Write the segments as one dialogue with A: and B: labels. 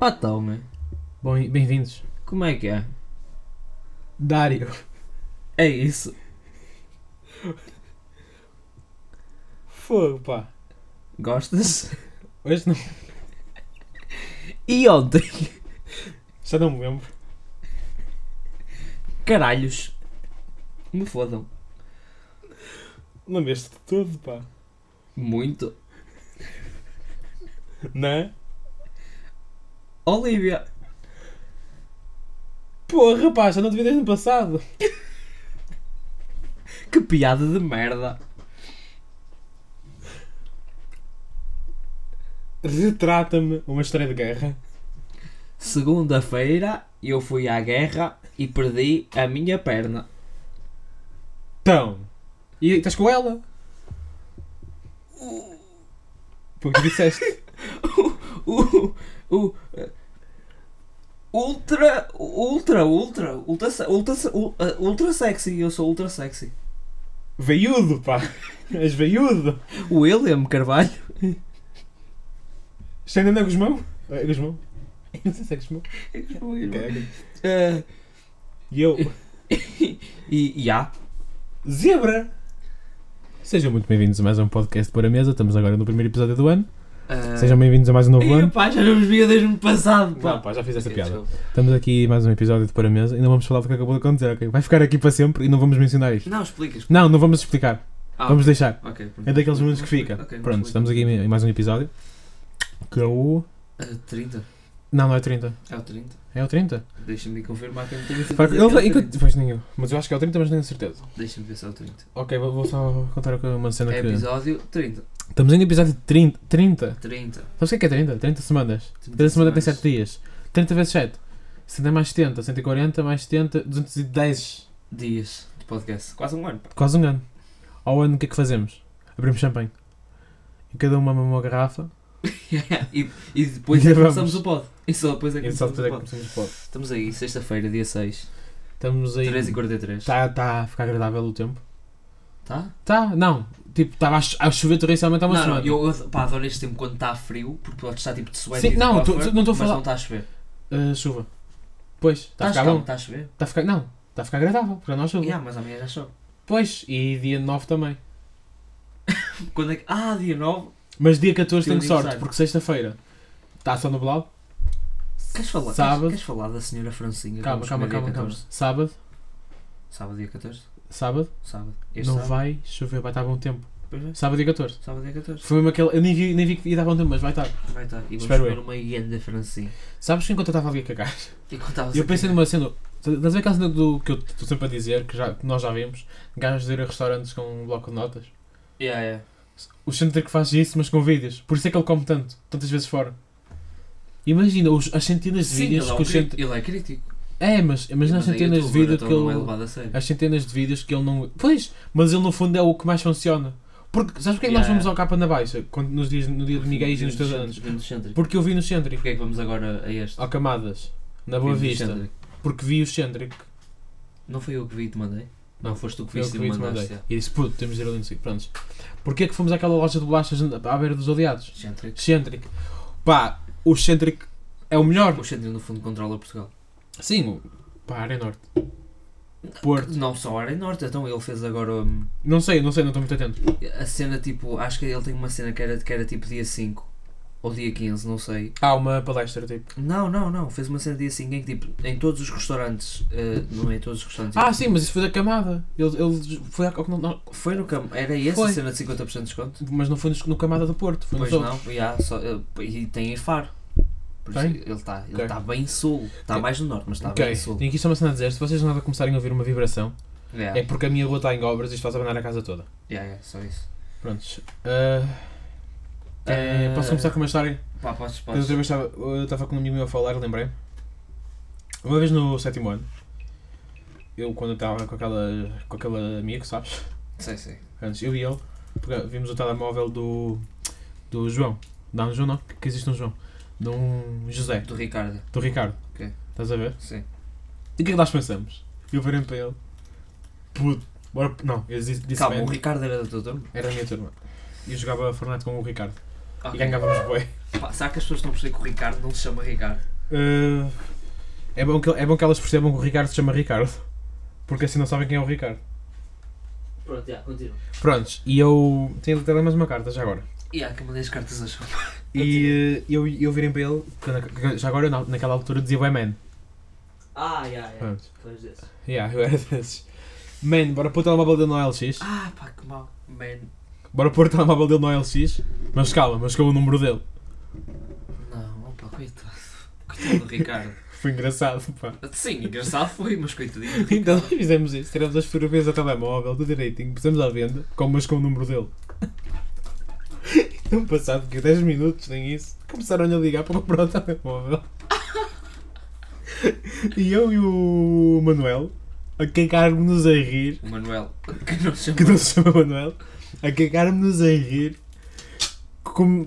A: Oh, tal, meu.
B: Bom, e bem-vindos.
A: Como é que é?
B: Dário.
A: É isso.
B: Fogo, pá.
A: Gostas?
B: Hoje não.
A: E ontem?
B: Já não me lembro.
A: Caralhos. Me fodam.
B: Lembras-te de tudo, pá.
A: Muito.
B: Né?
A: Olivia.
B: Porra, rapaz, já não te vi desde o passado.
A: Que piada de merda.
B: Retrata-me uma história de guerra.
A: Segunda-feira eu fui à guerra e perdi a minha perna.
B: Então. E estás com ela? Porque disseste.
A: O. O. uh, Ultra. Ultra. Ultra. Ultra. se- Ultra. se- u- uh, Ultra sexy. Eu sou ultra sexy.
B: veiudo, pá. És veiudo.
A: William Carvalho.
B: Isto ainda não é Guzmão? É Guzmão? Não sei se é Guzmão. É.
A: Eh,
B: E eu.
A: E. ah. E há.
B: Zebra! Sejam muito bem-vindos a mais um podcast por a mesa. Estamos agora no primeiro episódio do ano.
A: eh,
B: Sejam bem-vindos a mais um novo
A: Ih,
B: ano.
A: pá, já não vos via desde o passado, pá.
B: Não, pá, já fiz essa
A: Sim,
B: piada.
A: desculpa.
B: Estamos aqui mais um episódio de Para a Mesa e não vamos falar do que acabou de acontecer, ok? Vai ficar aqui para sempre e não vamos mencionar isto.
A: Não, explicas.
B: Não, não vamos explicar.
A: Ah,
B: Vamos deixar.
A: ok, pronto.
B: É daqueles momentos que
A: Não explica,
B: fica.
A: ok, não
B: Pronto,
A: explica.
B: estamos aqui em mais um episódio. Que é o.
A: Eh, 30.
B: Não, não é o 30.
A: É o 30.
B: É o 30?
A: Deixa-me confirmar que eu não tenho
B: Faz-
A: certeza.
B: Ele,
A: que é o
B: enquanto-
A: 30.
B: pois nenhum. Mas eu acho que é o 30, mas não tenho certeza.
A: Deixa-me ver se é o 30.
B: Ok, vou, vou só contar uma cena
A: É
B: que.
A: episódio 30.
B: Estamos ainda no episódio 30. 30.
A: 30.
B: Sabes o que é que é 30? 30 semanas.
A: 30
B: Cada semana tem
A: semanas.
B: 7 dias. 30 vezes 7. 70 mais 70, 140 mais 70, 210.
A: Dias de podcast. Quase um ano, pá.
B: Quase um ano. Ao ano o que é que fazemos? Abrimos champanhe. E cada uma uma garrafa.
A: e, e depois
B: E
A: é que
B: vamos.
A: começamos o pod. E só depois é que
B: E só
A: começamos o
B: depois é que
A: pod.
B: começamos o pod.
A: Estamos aí, sexta-feira, dia 6.
B: Estamos aí.
A: 13h43.
B: Está tá a ficar agradável o tempo.
A: Tá?
B: Tá, não. Tipo, estava a, cho- a chover torrencialmente há Tá uma
A: não,
B: semana.
A: não, eu eu- pá, adoro este tempo quando está frio, porque pode estar tipo de suéter.
B: Sim,
A: e de calor,
B: não, tu- tu- não estou a
A: mas
B: falar-
A: Não está a chover.
B: Ah, chuva. Pois, está a
A: Está
B: ficar
A: a chover,
B: bom.
A: está a chover.
B: Está a ficar. Não, está a ficar agradável. Já não há chuva.
A: Yeah, mas amanhã já chove.
B: Pois, e dia 9 também.
A: Quando é que. Ah, dia 9.
B: Mas dia 14
A: Teu
B: tenho sorte,
A: aniversário.
B: porque sexta-feira está só nublado.
A: Queres falar, queres-
B: Sábado.
A: queres falar da senhora Francinha?
B: Calma,
A: Vamos
B: calma,
A: comer
B: calma,
A: dia
B: calma.
A: 14.
B: Sábado,
A: Sábado dia 14?
B: sábado,
A: Sábado. Este
B: não
A: sábado?
B: vai chover, vai estar bom tempo.
A: Pois é.
B: Sábado dia 14.
A: Sábado dia 14.
B: Foi mesmo aquele. Eu nem vi, nem vi que ia dar bom tempo, mas vai estar.
A: Vai estar. E vamos
B: Espero
A: comer
B: eu.
A: uma hiena da Francinha.
B: Sabes que enquanto eu estava ali a cagar,
A: E contava
B: eu pensei numa cena. Estás a ver aquela cena do que eu estou sempre a dizer, que, já, que nós já vimos, gajos de ir a restaurantes com um bloco de notas?
A: Yeah, yeah.
B: O Chandler que faz isso, mas com vídeos. Por isso é que ele come tanto, tantas vezes fora. Imagina os, as centenas de
A: Sim, ele,
B: vídeos
A: é um
B: que o
A: crítico-
B: Chandler.
A: ele é crítico.
B: É, mas imagina as
A: Mas é
B: centenas de
A: youtuber,
B: vídeos
A: então
B: que
A: não é
B: ele.
A: levado a sério.
B: as centenas de vídeos que ele não. Pois, mas ele no fundo é o que mais funciona. Porque, sabes porque é que nós
A: Yeah.
B: fomos ao capa na baixa? Quando, nos dias, no dia do Miguel e nos
A: Vimos
B: teus
A: Centric,
B: anos?
A: vimos Centric.
B: Porque eu vi no Centric,
A: Porquê é que vamos agora a este?
B: ao Camadas, na Boa
A: Vimos
B: Vista.
A: Centric.
B: Porque vi o Centric.
A: Não foi eu que vi e te mandei? Não, foste tu que
B: Foi ele
A: viste e
B: que vi
A: me
B: e te
A: mandaste.
B: mandei.
A: yeah.
B: E disse, puto, temos de ir ali no sítio. Prontos. Porquê é que fomos àquela loja de bolachas à beira dos aliados?
A: Centric.
B: Centric. Pá, o Centric é o melhor.
A: O Centric no fundo controla Portugal.
B: Sim, o... pá, Área Norte. Porto.
A: Não só a área norte, então ele fez agora. hum,
B: Não sei, não sei, não estou muito atento.
A: A cena tipo, acho que ele tem uma cena que era, que era tipo dia 5 ou dia 15, não sei.
B: Há uma palestra, tipo.
A: Não, não, não, fez uma cena dia 5 em que tipo, em todos os restaurantes, eh, não é em todos os restaurantes.
B: Ah, sim, mas isso foi da camada. Ele, ele foi ao... não- não-
A: Foi no campo, era essa
B: Foi.
A: a cena de 50% de desconto?
B: Mas não foi no, no Camada do Porto, foi
A: Pois
B: nos outros.
A: não, e há só, eh, e tem em Faro. Por isso
B: Tem?
A: ele está ele
B: Ok.
A: tá bem sul, está
B: Ok.
A: mais no norte, mas está
B: ok,
A: bem sul.
B: tenho aqui só uma cena a dizer: se vocês do nada começarem a ouvir uma vibração,
A: Yeah,
B: é porque a minha rua está em obras e está a abanar a casa toda.
A: yeah, yeah, só isso.
B: Prontos. Ah, é,
A: Ah,
B: posso começar com uma história?
A: Pá, podes,
B: Eu
A: podes.
B: outra vez estava, eu estava com um amigo meu a falar, lembrei. Uma vez no sétimo ano, eu quando eu estava com aquela, com aquela amiga, sabes?
A: Sei, sei.
B: Antes, eu e ele porque vimos o telemóvel do, do João. Não, João não, que existe um João. De um José,
A: Do Ricardo,
B: do Ricardo.
A: Ok.
B: Estás a ver?
A: sim.
B: E o que é que nós pensamos? Eu virei para ele. Puto, bora. Não, eu disse, disse
A: Calma,
B: bem.
A: o Ricardo era da tua turma?
B: Era a minha turma. E eu jogava Fortnite com o Ricardo.
A: Ok.
B: E ganhávamos boi.
A: Pá, será que as pessoas estão a perceber que o Ricardo não se chama Ricardo?
B: eh, é, bom que, é bom que elas percebam que o Ricardo se chama Ricardo. Porque assim não sabem quem é o Ricardo.
A: Pronto, já, continua.
B: Prontos, e eu. Tenho até mais uma carta já agora.
A: E há que eu mandei as cartas hoje.
B: E eh, eu, eu virei para ele, que na- já agora na- naquela altura dizia Boy Man.
C: Ah, já, já.
B: Pronto.
C: Tu
A: um
C: és desse.
B: Yeah, eu era desses. Man, bora pôr o telemóvel dele no OLX.
A: Ah, pá, que mal. Man,
B: Bora pôr o telemóvel dele no OLX. Mas calma, mas com o número dele.
A: não, opa, coitado. Coitado do Ricardo.
B: Foi engraçado, pá.
A: Sim, engraçado foi, mas coitadinho.
B: Então nós fizemos isso, tiramos as fotografias ao telemóvel, do direitinho, pusemos à venda, com, mas com o número dele. Então passado que 10 minutos, nem isso, começaram-lhe a ligar para comprar o telemóvel. E eu e o Manuel, a cagar-nos a rir,
A: O Manuel, que não se
B: que
A: chama.
B: não se chama Manuel, a cagar-nos a rir, como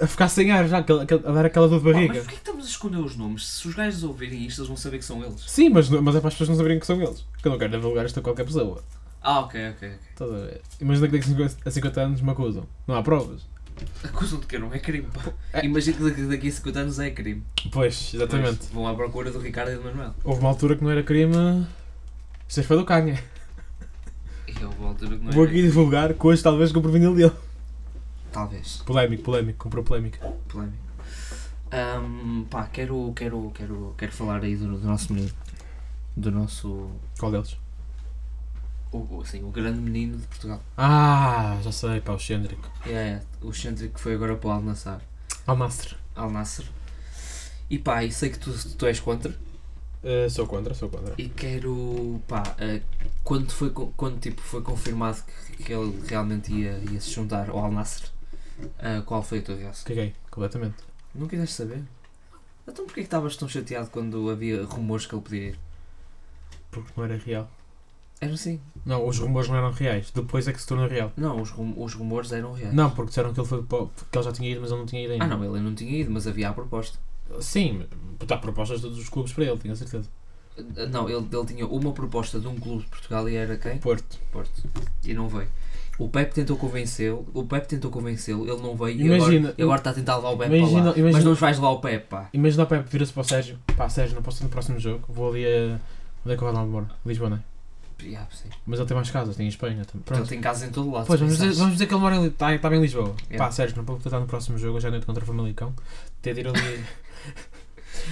B: a ficar sem ar já, aquele- aquele- a dar aquela dor de
A: Pá, mas
B: barriga.
A: porquê que estamos a esconder os nomes? Se os gajos ouvirem isto, eles vão saber que são eles.
B: Sim, mas, não- mas é para as pessoas não saberem que são eles, porque eu não quero divulgar isto a qualquer pessoa.
A: Ah, ok, ok, ok.
B: Estás a ver? Imagina que daqui a 50 a 50 anos me acusam. Não há provas.
A: Acusam de que não é crime, pá.
B: É.
A: Imagina que daqui- daqui a 50 anos é crime.
B: Pois, exatamente.
A: Pois, vão à procura do Ricardo e do Manuel.
B: Houve uma altura que não era crime. Isto é foi do Canha.
A: E eu vou à altura que não é
B: Vou aqui
A: crime.
B: divulgar que hoje talvez compre o vinil dele.
A: Talvez.
B: Polémico, polémico, comprou polémico.
A: Polémico. Ahm, pá, quero, quero, quero, quero falar aí do, do nosso menino. Do nosso.
B: Qual deles?
A: O, o- assim, o grande menino de Portugal.
B: Ah, já sei, pá, o Xendrick.
A: É, é, o centro que foi agora para o Al Nassr.
B: Almastre.
A: Al Nassr. E pá, e sei que tu, tu és contra.
B: Uh, sou contra, sou contra.
A: E quero, pá, eh, quando, foi, co- quando tipo, foi confirmado que, que ele realmente ia, ia se juntar ao Al Nassr, eh, qual foi a tua reação?
B: Caguei, completamente.
A: Não quiseste saber? Então porquê que estavas tão chateado quando havia rumores que ele podia ir? assim.
B: Porque não era real.
A: Eram sim.
B: Não, os rumores não eram reais. Depois é que se tornou real.
A: Não, os, rum- os rumores eram reais.
B: Não, porque disseram que ele, foi, para o- que ele já tinha ido, mas ele não tinha ido ainda.
A: Ah não, ele não tinha ido, mas havia a proposta.
B: Sim, está propostas de todos os clubes para ele, tenho a certeza.
A: Eh, Não, ele, ele tinha uma proposta de um clube de Portugal e era quem?
B: Porto.
A: Porto. E não veio. O Pepe tentou convencê-lo, o Pepe tentou convencê-lo, ele não veio e
B: Imagina-
A: agora, e agora está a tentar levar o Pepe
B: Imagina-
A: para lá. Mas
B: imagina-
A: não os vais levar o Pepe, pá.
B: Imagina o Pepe vira-se para o Sérgio. Pá, Sérgio, não posso ir no próximo jogo. Vou ali a. Onde é que o Ronaldo mora? Lisboa, não é?
A: Yeah, sim.
B: Mas ele tem mais casas, tem em Espanha também.
A: Porque Ele
B: Pronto.
A: Então, tem casas em todo lado.
B: Pois,
A: se
B: vamos dizer,
A: pensares.
B: vamos dizer que ele mora em, está, está bem em Lisboa.
A: Yeah.
B: Pá, Sérgio, não posso estar no próximo jogo, hoje à noite contra o Famalicão. Ter de ir ali.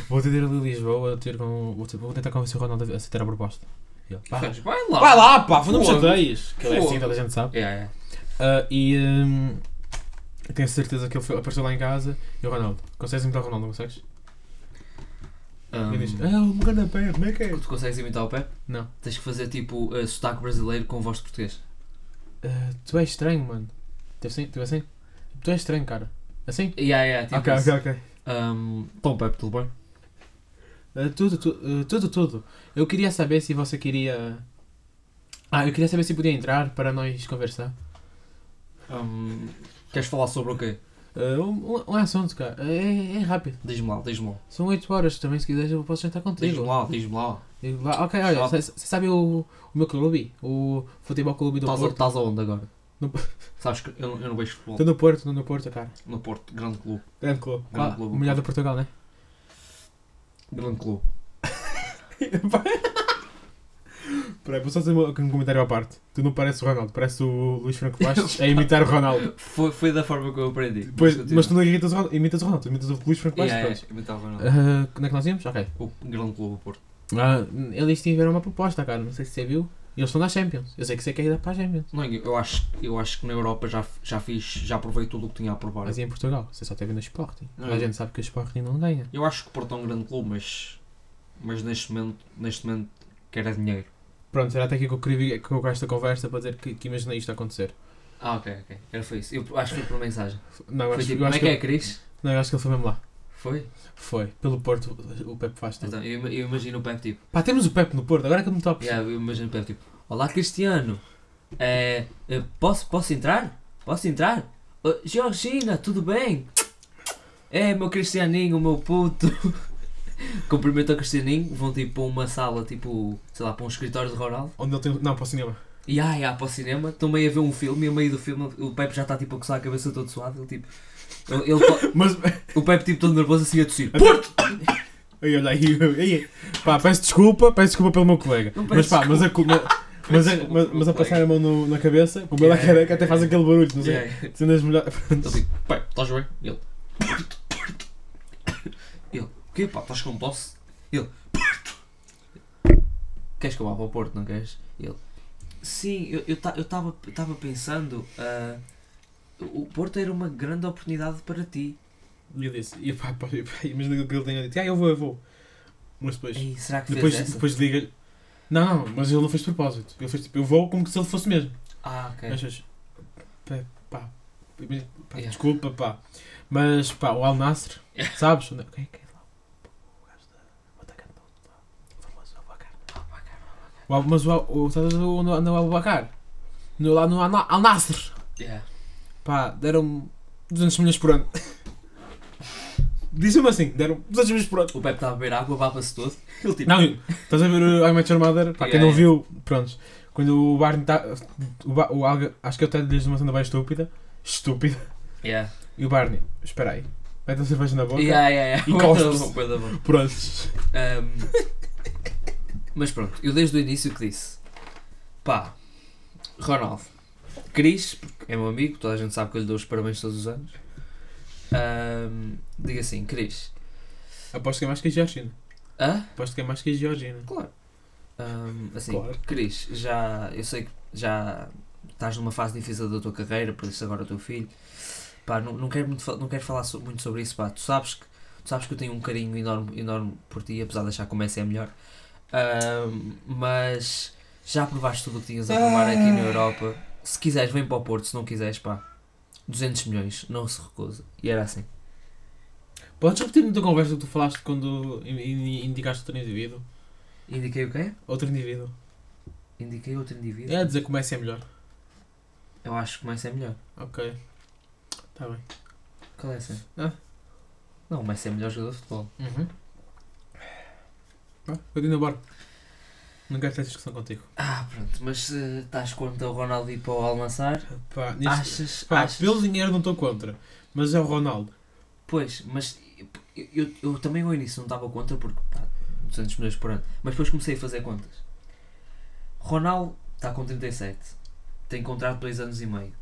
B: vou ter de ir ali a Lisboa, ter com, vou, ter- vou tentar convencer o Ronaldo a aceitar a proposta. E ele, pá,
A: Pois, Vai lá.
B: vai lá, pá, não me
A: Fogo.
B: chateias. Que ele é assim,
A: Fogo.
B: toda a gente sabe.
A: Yeah, yeah.
B: Ah, e. hum, tenho certeza que ele foi, apareceu lá em casa e o Ronaldo. Consegues imitar o Ronaldo, não consegues?
A: Um,
B: E diz: Ah, um grande pé, como é que é?
A: Tu consegues imitar o Pepe?
B: Não.
A: Tens que fazer tipo eh, sotaque brasileiro com voz de português.
B: Ah, tu és estranho, mano. Tipo assim? Tipo assim? Tu és estranho, cara. Assim?
A: Yeah, yeah, tipo
B: ok, Então,
A: isso.
B: ok, ok.
A: Um, bom, Pepe, tudo bem?
B: Ah, tudo, tu, ah, tudo, tudo. Eu queria saber se você queria. Ah, eu queria saber se podia entrar para nós conversar.
A: Um, queres falar sobre o quê?
B: Ah, um, um- um assunto, cara. Ah, É, é rápido.
A: Diz-me lá, diz-me lá.
B: São 8 horas também, se quiseres eu posso sentar
A: Diz-me
B: contigo.
A: lá, diz-me lá.
B: Eu, vá, ok, olha,
A: Chato.
B: você sabe o, o meu clube? O Futebol Clube do
A: Estás a-
B: Porto?
A: Estás aonde agora?
B: No-
A: Sabes que eu, não- eu não vejo futebol.
B: Estou no Porto, estou no Porto, cara.
A: No Porto, grande clube.
B: Grande clube.
A: Grande
B: Ah,
A: clube.
B: o melhor de Portugal, né?
A: Grande clube.
B: Peraí, vou só fazer um comentário à parte. Tu não pareces o Ronaldo, parece o Luís Franco Bastos a imitar o Ronaldo.
A: Foi, foi da forma que eu aprendi.
B: Pois,
A: continua.
B: mas tu não irritas o Ronaldo, imitas o Ronaldo, tu imitas o Luís Franco Bastos.
A: Yeah, yeah,
B: pronto.
A: imitava não.
B: Ah, Quando é que nós íamos? Ok.
A: O grande clube, o Porto.
B: Ah, eles tiveram uma proposta, cara, não sei se você viu. Eles estão na Champions. Eu sei que você quer ir para a Champions.
A: Não, eu eu acho, eu acho que na Europa já, f- já fiz, já provei tudo o que tinha a provar.
B: Mas e em Portugal? Você só teve no Sporting.
A: Não.
B: A gente sabe que o Sporting não ganha.
A: Eu acho que o Porto é um grande clube, mas, mas neste momento, neste momento quer é dinheiro.
B: Pronto, era até aqui que eu queria vir- que eu com esta conversa para dizer que, que imaginei isto a acontecer.
A: Ah, ok, ok. Era foi isso. Eu acho que foi por mensagem.
B: Não, eu
A: Foi
B: acho,
A: tipo,
B: eu
A: como
B: acho
A: é que
B: que
A: é, Cris?
B: ele- não, eu acho que ele foi mesmo lá.
A: Foi?
B: Foi. Pelo Porto, o Pepe faz tudo.
A: Então, eu, ima- eu imagino o Pepe tipo.
B: Pá, temos o Pepe no Porto, agora é que eu me estou a perceber.
A: Yeah, eu imagino o Pepe tipo. Olá Cristiano. É, é, posso, posso entrar? Posso entrar? Oh, Georgina, tudo bem? É meu Cristianinho, meu puto. Cumprimento o Cristianinho, vão tipo para uma sala, tipo, sei lá, para um escritório de Ronaldo.
B: Onde ele tem. Não, para o cinema.
A: E ah, yeah, para o cinema, estão meio a ver um filme e a meio do filme o Pepe já está tipo a coçar a cabeça todo suado, ele tipo. Ele, ele-
B: Mas
A: o Pepe tipo todo nervoso assim a tossir. Porto!
B: Ai, olha aí. ai, Pá, peço desculpa, peço desculpa pelo meu colega.
A: Não peço
B: Mas pá, mas a, cu- mas, mas a,
C: desculpa
B: mas,
C: pelo
B: mas a
C: colega.
B: passar a mão no- na cabeça, como ele é
A: Yeah,
B: careca, até
A: yeah,
B: faz
A: yeah.
B: aquele barulho, não sei.
A: Yeah.
B: Sendo as melhores.
A: Ele diz, pai, estás bem? Ele. Ele, o quê pá, estás com posse? Ele, Porto! Queres que eu vá para o Porto, não queres? Ele, sim, eu estava eu tava- eu tava pensando, ah, o Porto era uma grande oportunidade para ti.
B: E eu disse, e pá, pá, e pá, imagina que ele tenha dito, ah, eu vou, eu vou. Mas depois.
A: Ei, será que
B: Depois,
A: fez essa?
B: depois liga-lhe. Não, não, mas ele não fez de propósito. Ele fez tipo, eu vou como que se ele fosse mesmo.
A: Ah, ok.
B: Mas, mas, pá, pá, imagina- pá,
A: Yeah.
B: desculpa, pá. Mas, pá, o Al Nasser, sabes? Onde é quem é que é lá? O gajo da- o atacante do- do famoso Abubacar. O Al- Mas o Al- o- sabes onde anda o Abubacar? No, lá no Al Na- Al Nasser.
A: Yeah.
B: Pá, deram 200 milhões por ano. Disse-me assim, deram 200 milhões por ano.
A: O Pepe estava a beber água, baba-se todo. Ele tipo,
B: Não, estás a ver o I Met Your Mother? Pá,
A: Yeah,
B: quem
A: yeah.
B: não viu, pronto. Quando o Barney está. O Ba- o Alga- acho que eu até lhe disse uma cena bem estúpida. Estúpida.
A: yeah.
B: E o Barney, espera aí. Mete a cerveja na boca.
A: Yeah, yeah, yeah.
B: E
A: Bué da
B: cospe-se.
A: bom, bué da bom.
B: Pronto.
A: Ahm, mas pronto, eu desde o início que disse: pá, Ronaldo, Cris, porque é meu amigo, toda a gente sabe que eu lhe dou os parabéns todos os anos. Ahm, diga assim: Cris,
B: Aposto que é mais que a Georgina.
A: hã?
B: Aposto que é mais que a Georgina.
A: Claro. Ahm, assim,
B: Claro.
A: Cris, já, eu sei que já estás numa fase difícil da tua carreira, por isso agora o teu filho. Pá, não, não, quero muito, fa- não quero falar so- muito sobre isso, pá. Tu sabes que, tu sabes que eu tenho um carinho enorme, enorme por ti, apesar de achar que o Messi é melhor. Ahm, mas já provaste tudo o que tinhas a provar aqui
B: Ah.
A: na Europa. Se quiseres, vem para o Porto. Se não quiseres, pá, 200 milhões, não se recusa. E era assim.
B: Podes repetir-me a tua conversa que tu falaste quando in- in- indicaste outro indivíduo?
A: Indiquei o quê?
B: Outro indivíduo.
A: Indiquei outro indivíduo.
B: É a dizer que o Messi é melhor.
A: Eu acho que o Messi é melhor.
B: Ok. Está Tá bem.
A: Qual é essa?
B: Ah.
A: Não, o Messi é o melhor jogador de futebol.
B: Uhum. Pá, continua, bora. Não quero ter essa discussão contigo.
A: Ah, pronto, mas eh, estás contra o Ronaldo ir para o Almançar?
B: Pá, nisto-
A: Achas?
B: Pá,
A: achas?
B: pelo dinheiro não estou contra, mas é o Ronaldo.
A: Pois, mas eu, eu, eu também ao início não estava contra porque pá, 200 milhões por ano. Mas depois comecei a fazer contas. Ronaldo está com 37. Tem contrato de 2 anos e meio.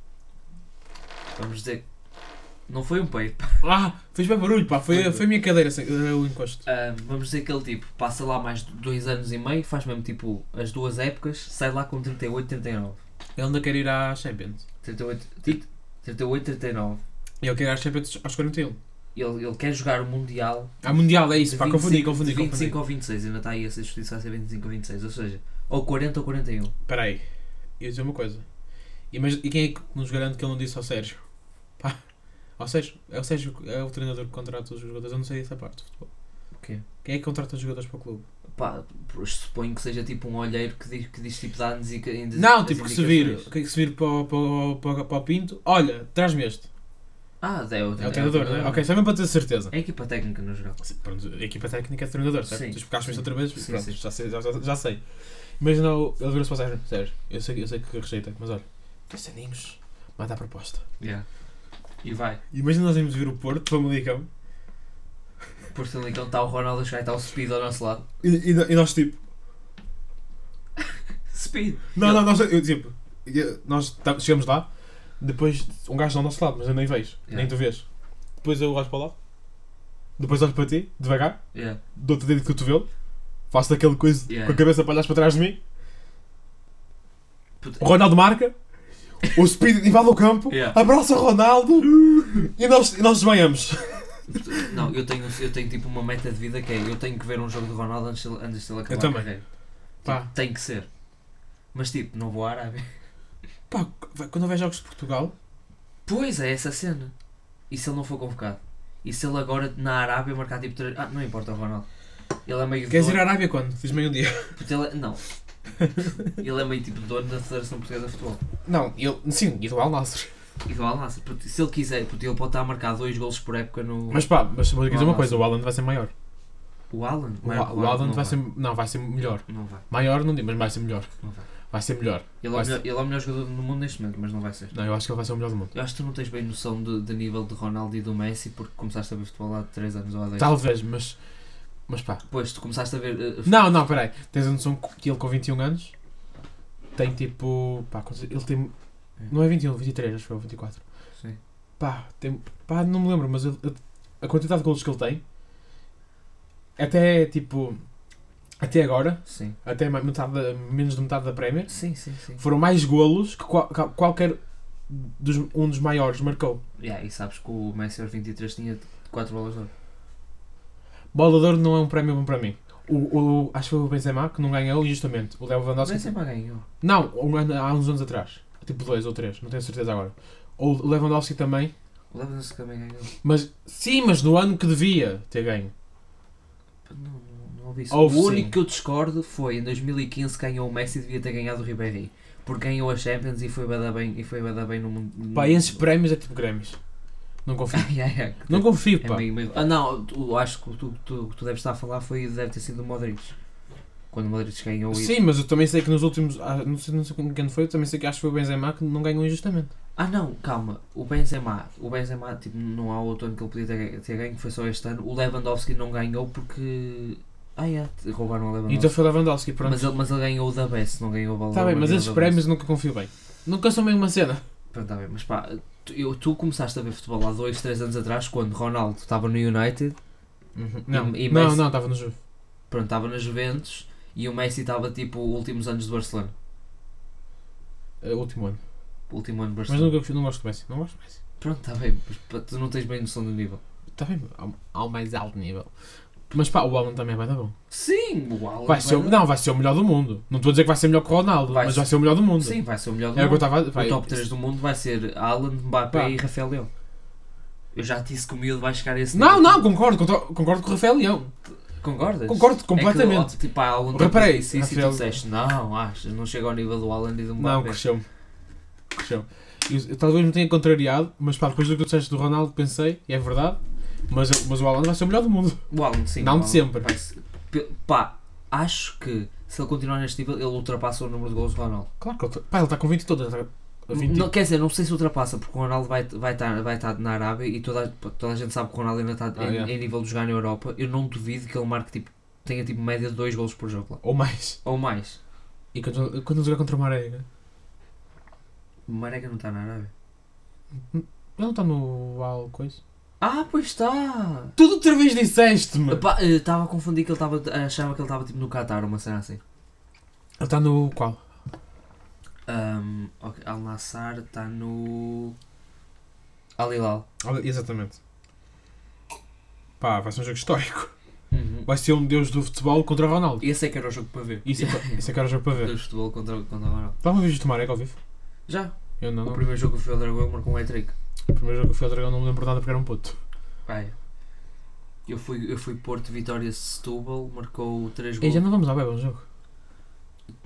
A: Vamos dizer que não foi um peito.
B: Ah, fez bem barulho, pá, foi,
A: Foi.
B: foi a minha cadeira, assim, eh, o encosto.
A: Ah, vamos dizer que ele tipo, passa lá mais de dois anos e meio, faz mesmo tipo as duas épocas, sai lá com 38, 39.
B: Ele ainda quer ir à Champions.
A: 38, ti- 38 39.
B: Ele quer ir à Champions aos 41.
A: Ele, ele quer jogar o Mundial.
B: Ah, Mundial, é
A: de
B: isso, pá, confundi,
A: 25
B: confundi,
A: de
B: confundi.
A: 25 ou 26, ainda está aí essa justiça a ser 25 ou 26, ou seja, ou 40 ou 41.
B: Espera aí, ia dizer uma coisa. E, mas, e quem é que nos garante que ele não disse ao Sérgio? Pá, ao Sérgio, é o Sérgio que é o treinador que contrata os jogadores, eu não sei essa parte do futebol.
A: O quê?
B: Quem é que contrata os jogadores para o clube?
A: Pá, suponho que seja tipo um olheiro que diz, que diz tipo de anos e que ainda.
B: não,
A: das
B: tipo, que se vir,
A: indicações.
B: que se vir para, o- para, o- para, o- para o Pinto, olha, traz-me este.
A: Ah, é o,
B: É o treinador, não é? Ok, só mesmo para ter certeza.
A: É a equipa técnica no geral.
B: Sim, Pronto, a equipa técnica é de treinador, certo?
A: Sim,
B: Tu explicaste-me isto
A: sim.
B: outra vez,
A: Sim,
B: pronto,
A: sim.
B: Já, sei, já, já- já sei. Mas não, ele virou-se para o Sérgio. Sérgio, eu sei, eu sei que rejeita, mas olha, dois aninhos, manda a proposta.
A: Yeah. E vai.
B: Imagina nós íamos vir o Porto, o Malicão,
A: Por ser então está o Ronaldo a chegar e está o Speed ao nosso lado.
B: e, e, e nós tipo,
A: Speed!
B: não,
A: Ele-
B: não, nós, eu, tipo, eu- nós tá- chegamos lá, depois um gajo está ao nosso lado, mas eu nem vejo, nem
A: Yeah.
B: tu vês. Depois eu olho para lá, depois olho para ti, devagar,
A: Yeah.
B: dou-te o dedo de cotovelo, faço daquele coisa
A: Yeah.
B: com a cabeça para olhares para trás de mim,
A: Puta-
B: O Ronaldo marca, o Speed invade o campo,
A: Yeah.
B: abraça o Ronaldo e nós, e nós desmaiamos.
A: Não, eu tenho, eu tenho tipo uma meta de vida que é eu tenho que ver um jogo do Ronaldo antes de ele antes de ele acabar
B: também.
A: a carreira.
B: Pá.
A: Tipo, tem que ser. Mas tipo, não vou à Arábia.
B: Pá, vai, quando houver jogos de Portugal,
A: Pois é, essa cena. E se ele não for convocado? E se ele agora na Arábia marcar tipo 3. Ah, não importa o Ronaldo. Ele é meio
B: queres ir
A: dono.
B: à Arábia quando? Diz meio dia.
A: porque ele é- Não. ele é meio tipo dono da Federação Portuguesa de Futebol.
B: Não, ele, sim, e do Al Nassr.
A: Igual a Nasser. Porque Se ele quiser, porque ele pode estar a marcar dois golos por época no.
B: Mas pá, mas vou dizer
A: O
B: uma
A: Al
B: coisa, o Haaland vai ser maior.
A: o Alan?
B: O, Al- o Haaland vai ser, não, vai ser melhor.
A: Não vai,
B: Maior não digo, mas vai ser melhor.
A: não vai.
B: Vai ser melhor.
A: Ele é,
B: Vai
A: o
B: ser-
A: melhor, ele é o melhor jogador do mundo neste momento, mas não vai ser.
B: Não, eu acho que ele vai ser o melhor do mundo.
A: Eu acho que tu não tens bem
B: Tá.
A: noção de, de nível de Ronaldo e do Messi porque começaste a ver futebol há 3 anos ou há 10
B: Talvez, mas Mas pá.
A: Pois, tu começaste a ver. eh,
B: Não, não, peraí. Tens a noção que ele com 21 anos tem tipo. Pá, quantos- ele tem. Não é 21, 23, acho que foi 24.
A: Sim.
B: Pá, tem, pá, não me lembro, mas ele- ele- a quantidade de golos que ele tem. Até tipo. Até agora,
A: Sim.
B: até ma- metade, da- menos de metade da Premier,
A: Sim, sim, sim.
B: foram mais golos que qual- qual- qualquer dos, um dos maiores marcou.
A: Yeah, e sabes que o Messi aos 23 tinha 4 bolas de ouro.
B: Bola de Ouro não é um prémio bom para mim. O, o- acho que foi o Benzema que não ganhou, e justamente. O
A: Nós
B: Lewandowski
A: nem sempre ganhou.
B: Não, um ano- há uns anos atrás. Tipo dois ou três, não tenho certeza agora. Ou o Lewandowski também.
A: O Lewandowski também ganhou.
B: Mas sim, mas no ano que devia ter ganho.
A: Pá, Não, não, não ouvi isso.
B: Houve
A: o
B: sim.
A: único que eu discordo foi em 2015 ganhou o Messi e devia ter ganhado o Ribéry. Porque ganhou a Champions e foi bada bem, e foi bada bem no mundo.
B: Pá, esses prémios é tipo Grêmios. Não confio.
A: yeah, yeah, que
B: não
A: tem-
B: confio,
A: é
B: pá.
A: meio- meio- Ah, não, tu, acho que tu, tu, tu deves estar a falar foi deve ter sido o Modric. Quando o Modric ganhou e-
B: Sim, mas eu também sei que nos últimos. ah, Não sei, não sei com quem foi, eu também sei que acho que foi o Benzema que não ganhou injustamente.
A: Ah não, calma, o Benzema, o Benzema tipo, não há outro ano que ele podia ter, ter ganho, foi só este ano. O Lewandowski não ganhou porque. Ah, é, te- roubaram o
B: E
A: Lewandowski.
B: então foi o Lewandowski, pronto.
A: mas, ele, mas ele ganhou o da Best, não ganhou o Balão.
B: tá bem, mas esses prémios nunca confio bem. Nunca são bem uma cena.
A: Pronto, tá bem, mas pá, tu, eu- tu começaste a ver futebol há 2, 3 anos atrás, quando Ronaldo estava no United,
B: Não,
A: Uhum. E- e
B: não,
A: Messi?
B: não, estava no jogo.
A: pronto, estava na Juventus e o Messi estava tipo últimos anos do Barcelona.
B: eh, último ano.
A: Último ano do
B: Mas
A: Barcelona.
B: nunca, confio- não gosto de Messi. Não gosto de Messi.
A: Pronto, tá bem, mas pá, tu não tens bem noção do nível.
B: Está Tá bem, ao, ao mais alto nível. Mas pá, o Alan também vai dar bom.
A: Sim, o Alan
B: Vai ser, o- não, vai ser o melhor do mundo. Não estou a dizer que vai ser melhor que o Ronaldo,
A: é Vai
B: mas
A: ser-
B: vai ser o melhor do mundo.
A: Sim, vai ser o melhor do
B: Era o que eu
A: mundo.
B: estava a
A: O
B: pá,
A: top 3 do mundo vai ser Alan, Mbappé
B: Pá.
A: e Rafael Leão. Eu já te disse que o miúdo vai chegar a esse
B: Não,
A: nível.
B: não, concordo, concordo, concordo com o Rafael Leão.
A: Concordas?
B: Concordo
A: É que,
B: completamente.
A: ó, tipo, há algum
B: Reparei,
A: tempo isso, isso e tu
B: Rafael-
A: disseste, não, acho, não chega ao nível do Alan e do
B: não,
A: Mbappé.
B: cresceu-me. Cresceu. Eu, eu talvez me tenha contrariado, mas pá, depois do que tu disseste do Ronaldo pensei, e é verdade, mas, eu- mas o Alan vai ser o melhor do mundo.
A: o Alan, sim.
B: Não
A: o
B: de
A: Alan
B: sempre.
A: vai ser- Pe- Pá, acho que se ele continuar neste nível, ele ultrapassa o número de gols do Ronaldo.
B: Claro que ele, tá- pá, ele está com 20 todas. tá- 20.
A: Não, quer dizer, não sei se ultrapassa, porque o Ronaldo vai estar vai tá, vai tá na Arábia e toda, a- pá, toda a gente sabe que o Ronaldo ainda está
B: Ah,
A: em,
B: yeah.
A: em nível de jogar na Europa. Eu não duvido que ele marque, tipo, tenha tipo média de 2 gols por jogo lá.
B: Ou mais.
A: Ou mais.
B: E quando, quando ele jogar contra o Marega?
A: Marega não está na Arábia.
B: Ele não está no Al coisa?
A: Ah, pois tá! está!
B: Tudo outra vez disseste-me! Ele tá,
A: Estava a confundir que ele estava. Achava que ele estava tipo no Qatar, uma cena assim.
B: está tá no qual?
A: Ahm, ok, Al Nassar está no. Al Hilal.
B: Olha, Exatamente. Pá, vai ser um jogo histórico.
A: Uhum.
B: Vai ser um deus do futebol contra o Ronaldo.
A: Esse é que era o jogo para ver.
B: Isso é, que- isso é que era o jogo para ver.
A: Do futebol contra, contra o Ronaldo.
B: Dá uma vez de tomar, é que ao vivo?
A: Já.
B: Eu não,
A: O
B: não.
A: primeiro jogo que foi o Dragão marcou um hat-trick.
B: O primeiro jogo que fui ao Dragão não me lembro nada porque era um puto.
A: Ai. Eu fui, eu fui Porto Vitória Setúbal, marcou 3
B: E
A: gols.
B: já não vamos à beba um jogo.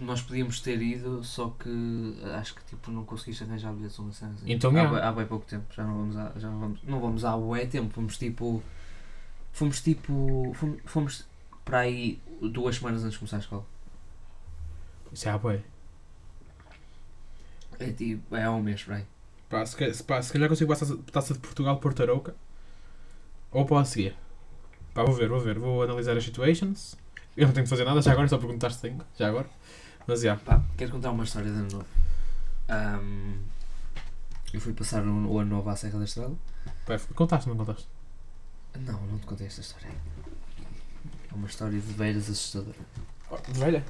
A: Nós podíamos ter ido, só que acho que tipo, não conseguiste arranjar bilhetes ou uma cena assim.
B: Então,
A: há,
B: é.
A: bué- há bem pouco tempo, já não vamos a, já não vamos, não vamos há bué tempo, fomos tipo, fomos tipo, fomos, fomos para aí duas semanas antes de começar a escola.
B: Isso é à boia.
A: É tipo, é há um mês para aí.
B: Pá, se, ca- se- pá, se calhar consigo passar a taça de Portugal por Tarouca. Ou para a seguir. Pá, vou ver, vou ver. Vou analisar as situations. Eu não tenho de fazer nada, já agora, só perguntar se tenho. Já agora. Mas já.
A: Pá, quero contar uma história de ano novo. Ahm, eu fui passar o, o ano novo à Serra da Estrela.
B: Pá, Contaste, não contaste?
A: Não, não te contei esta história. É uma história de veras assustadora. Oh,
B: De velha?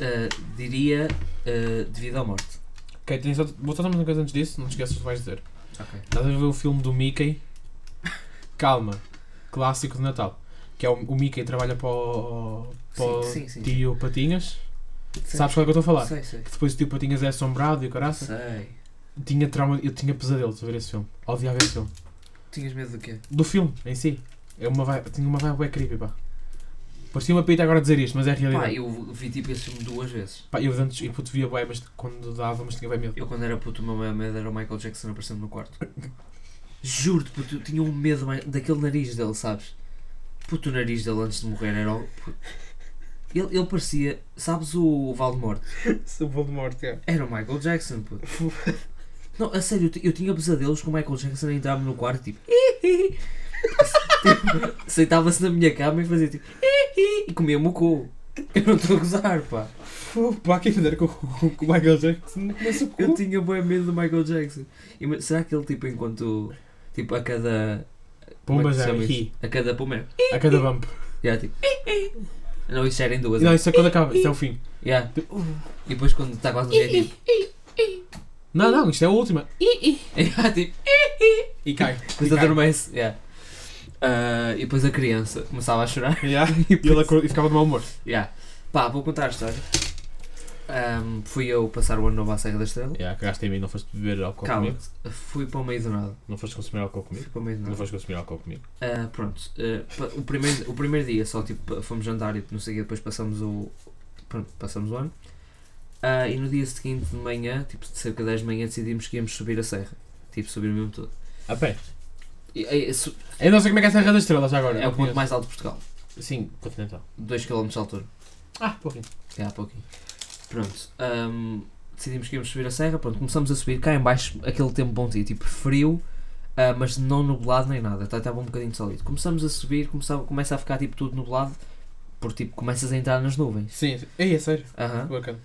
A: Ah, diria ah, devido à morte.
B: Ok, tenho só, vou só dizer uma coisa antes disso, não te esqueças o que vais dizer.
A: Ok.
B: Estás a ver o filme do Mickey? Calma, clássico de Natal. Que é o, o Mickey trabalha para o, para o
A: Sim, sim, sim.
B: tio Patinhas.
A: Sei.
B: Sabes qual é que eu estou a falar?
A: Sei, sei.
B: Que depois o tio Patinhas é assombrado e o caraça.
A: Sei.
B: Tinha trauma, eu tinha pesadelos a ver esse filme. Odiava esse filme.
A: Tinhas medo do quê?
B: Do filme em si. É uma vibe, tinha uma vibe bem creepy, pá. Parecia uma peita agora dizer isto, mas é a
A: Pá,
B: realidade.
A: eu vi tipo esse filme duas vezes.
B: Pá, eu antes, eu puto via bem, mas quando dava, mas tinha bem medo.
A: Eu quando era puto, o meu maior medo era o Michael Jackson aparecendo no quarto. Juro-te, puto, eu tinha um medo mais- daquele nariz dele, sabes? Puto, o nariz dele antes de morrer era o... puto. Ele, ele parecia... Sabes o Voldemort?
B: Se o Voldemort, é.
A: Era o Michael Jackson, puto. Não, a sério, eu, ti- eu tinha pesadelos com o Michael Jackson a entrar-me no quarto, tipo... tipo Sentava-se na minha cama e fazia tipo... e comia-me o cu. Eu não estou a gozar, pá.
B: Pô, Pá, quem me dera com o com o Michael Jackson não começa o cu.
A: Eu tinha bem medo do Michael Jackson. E, mas será que ele, tipo, enquanto. Tipo, a cada. como é
B: Pumba
A: que se
B: já
A: chama
B: é
A: isso?
B: hi.
A: A cada pumba é.
B: A cada bump.
A: Yeah, tipo. Não, isso era em duas.
B: Não, isso é quando acaba, isso é o fim.
A: Yeah. E depois quando está quase no dia, é tipo.
B: Não, não, isto é a última.
A: Yeah, tipo.
B: E cai.
A: Depois
B: E cai.
A: adormece. Yeah. Ah, e depois a criança começava a chorar.
B: Yeah. E ele acordou- e ficava de mau humor.
A: Yeah. Pá, vou contar a história. Ahm, fui eu passar o ano novo à Serra da Estrela.
B: Yeah, cagaste em mim, não foste beber álcool
A: Calma,
B: comigo.
A: fui para o meio do nada.
B: Não foste consumir álcool
A: Fui
B: comigo.
A: para o meio do
B: Não
A: nada.
B: foste consumir álcool comigo.
A: Ah, pronto, ah, pa- o, primeiro, o primeiro dia só tipo pa- fomos jantar e não sei o quê, depois passamos o. Pronto, passamos o ano. Ah, e no dia seguinte de manhã, tipo de cerca de 10 de manhã, decidimos que íamos subir a serra. Tipo, subir mesmo todo.
B: A pé.
A: E- e- su-
B: Eu não sei como é que é a Serra da Estrela já agora.
A: é o
B: Não
A: ponto
B: conheço.
A: mais alto de Portugal.
B: Sim, continental.
A: 2 km de altura.
B: Ah, pouquinho.
A: É há pouquinho. Pronto. hum, decidimos que íamos subir a serra. Pronto, começamos a subir. Cá em baixo, aquele tempo bom dia, tipo frio, ah, mas não nublado nem nada. tá- Estava um bocadinho sólido. Começamos a subir, começava, começa a ficar tipo tudo nublado, porque tipo começas a entrar nas nuvens.
B: Sim, sim. Ei, é sério.
A: Aham.
B: Bacana.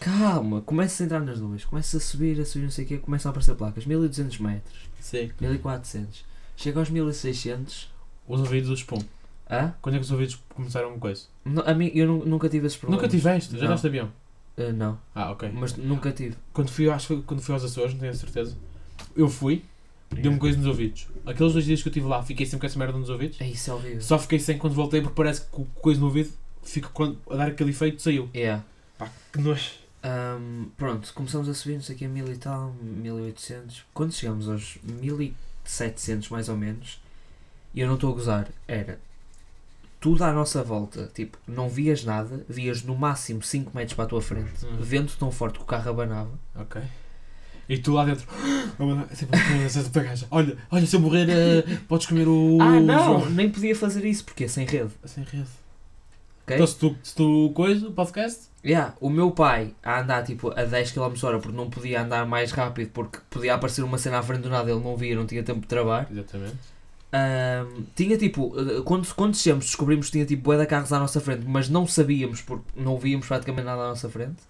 A: Calma, começas a entrar nas nuvens, começas a subir, a subir, não sei o quê, começam a aparecer placas. 1200 metros,
B: Sim.
A: 1400. Chega aos 1600.
B: Os ouvidos dos pum.
A: Hã?
B: Quando é que os ouvidos começaram uma coisa?
A: Não, a mim, eu nu- nunca tive esses problemas.
B: Nunca tiveste? Já
A: Não.
B: andaste de avião?
A: Ah, não,
B: Ah, ok.
A: mas nunca tive.
B: Quando fui, acho que foi quando fui aos Açores, não tenho a certeza. Eu fui, deu-me coisa nos ouvidos. Aqueles dois dias que eu estive lá, fiquei sempre com essa merda nos ouvidos.
A: É isso, é horrível.
B: Só fiquei sem quando voltei, porque parece que o coisa no ouvido fica quando, a dar aquele efeito, saiu.
A: Yeah.
B: Pá, que nojo.
A: Ahm, pronto, começamos a subir, não sei o que, mil e tal, 1800. Quando chegamos aos 1700, mais ou menos, e eu não estou a gozar, era tudo à nossa volta. Tipo, não vias nada, vias no máximo 5 metros para a tua frente.
B: Hum.
A: Vento tão forte que o carro abanava.
B: Ok. E tu lá dentro. Oh, mano, sempre a essa puta gaja. Olha, olha, se eu morrer, eh, podes comer o.
A: ah, não!
B: João.
A: Nem podia fazer isso, porque é sem rede.
B: Sem rede.
A: Ok?
B: Então, se tu, se tu coisa, o podcast.
A: Yeah, o meu pai a andar tipo a 10 km hora porque não podia andar mais rápido porque podia aparecer uma cena à frente do nada, ele não via, não tinha tempo de travar.
B: Exatamente.
A: Ahm, tinha tipo, eh, quando, quando descemos descobrimos que tinha tipo bué de carros à nossa frente, mas não sabíamos porque não víamos praticamente nada à nossa frente.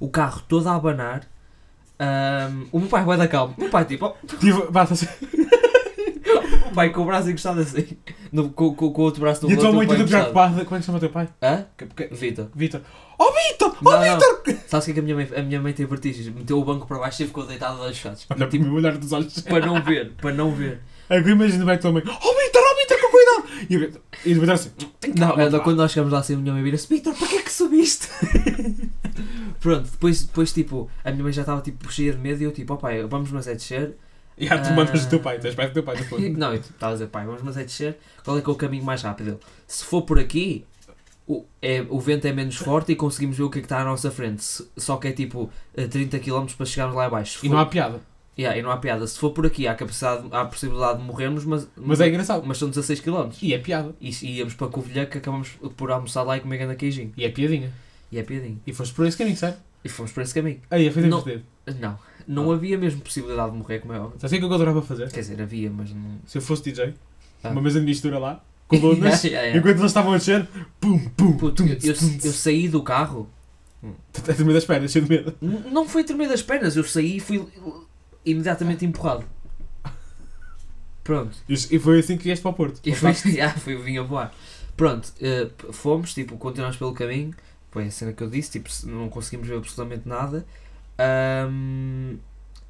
A: O carro todo a abanar. Ahm, o meu pai é bué da calmo. O meu pai tipo, oh,
B: Tive. Basta assim.
A: o pai com o braço encostado assim, no- com, com- com o outro braço no
B: E a tua
A: outro
B: mãe
A: pai
B: toda
A: encostado.
B: preocupada. Como é que chama o teu pai?
A: Hã?
B: Que- que-
A: Vitor.
B: Vitor. Oh, Vitor!
A: Não, não. Sabes o que é que a minha mãe, a minha mãe tem vertigens? Meteu o banco para baixo e ficou deitado de olhos fechados.
B: Olha para o
A: Tipo,
B: meu olhar dos olhos.
A: para não ver, para não ver.
B: Agora imagina bem a tua mãe. Oh, Vitor, oh, Vitor, com cuidado! E eu- E depois assim.
A: Não,
B: calma,
A: ela-
B: pá.
A: quando nós chegamos lá assim, a minha mãe vira-se: Vitor, para que é que subiste? Pronto, depois, depois tipo, a minha mãe já estava tipo cheia de medo e eu tipo, ó pai, vamos mas é descer.
B: E ah, tu
A: Ah.
B: mandas do teu pai, tu és pai do teu pai depois.
A: Não, eu tipo, estava a dizer, pai, vamos mas é descer, qual é que é o caminho mais rápido? Ele, Se for por aqui, o, é, o vento é menos forte e conseguimos ver o que é que está à nossa frente. Se- Só que é tipo eh, 30 km para chegarmos lá abaixo. Se
B: E não
A: for-
B: há piada.
A: Yeah, e não há piada. Se for por aqui, há, capacidade, há a possibilidade de morrermos, mas,
B: Mas é engraçado.
A: mas são 16 km.
B: E é piada.
A: E, e íamos para Covilhã que acabamos por almoçar lá e comer grande queijinho.
B: E é piadinha.
A: E é piadinho.
B: E foste por esse caminho, certo?
A: E fomos por esse caminho.
B: Aí, foi
A: Não.
B: divertido.
A: Não, não havia mesmo possibilidade de morrer, como é óbvio.
B: Sabes o que é que eu adorava fazer?
A: Quer dizer, havia, mas não.
B: Se eu fosse DJ,
A: Ah.
B: uma mesa de mistura lá, com
A: Yeah,
B: donas,
A: yeah, yeah.
B: enquanto eles estavam a descer, pum, pum,
A: Puto,
B: tum,
A: eu, eu-
B: tum,
A: eu saí do carro,
B: tum. Tens medo das pernas, cheio de medo.
A: N- não foi tremer das pernas, eu saí e fui imediatamente empurrado. Pronto.
B: E e foi assim que vieste para o Porto.
A: E foi, ah, foi vim a voar. Pronto, eh, p- fomos, tipo, continuamos pelo caminho. Foi a cena que eu disse, tipo, se- não conseguimos ver absolutamente nada. Ahm,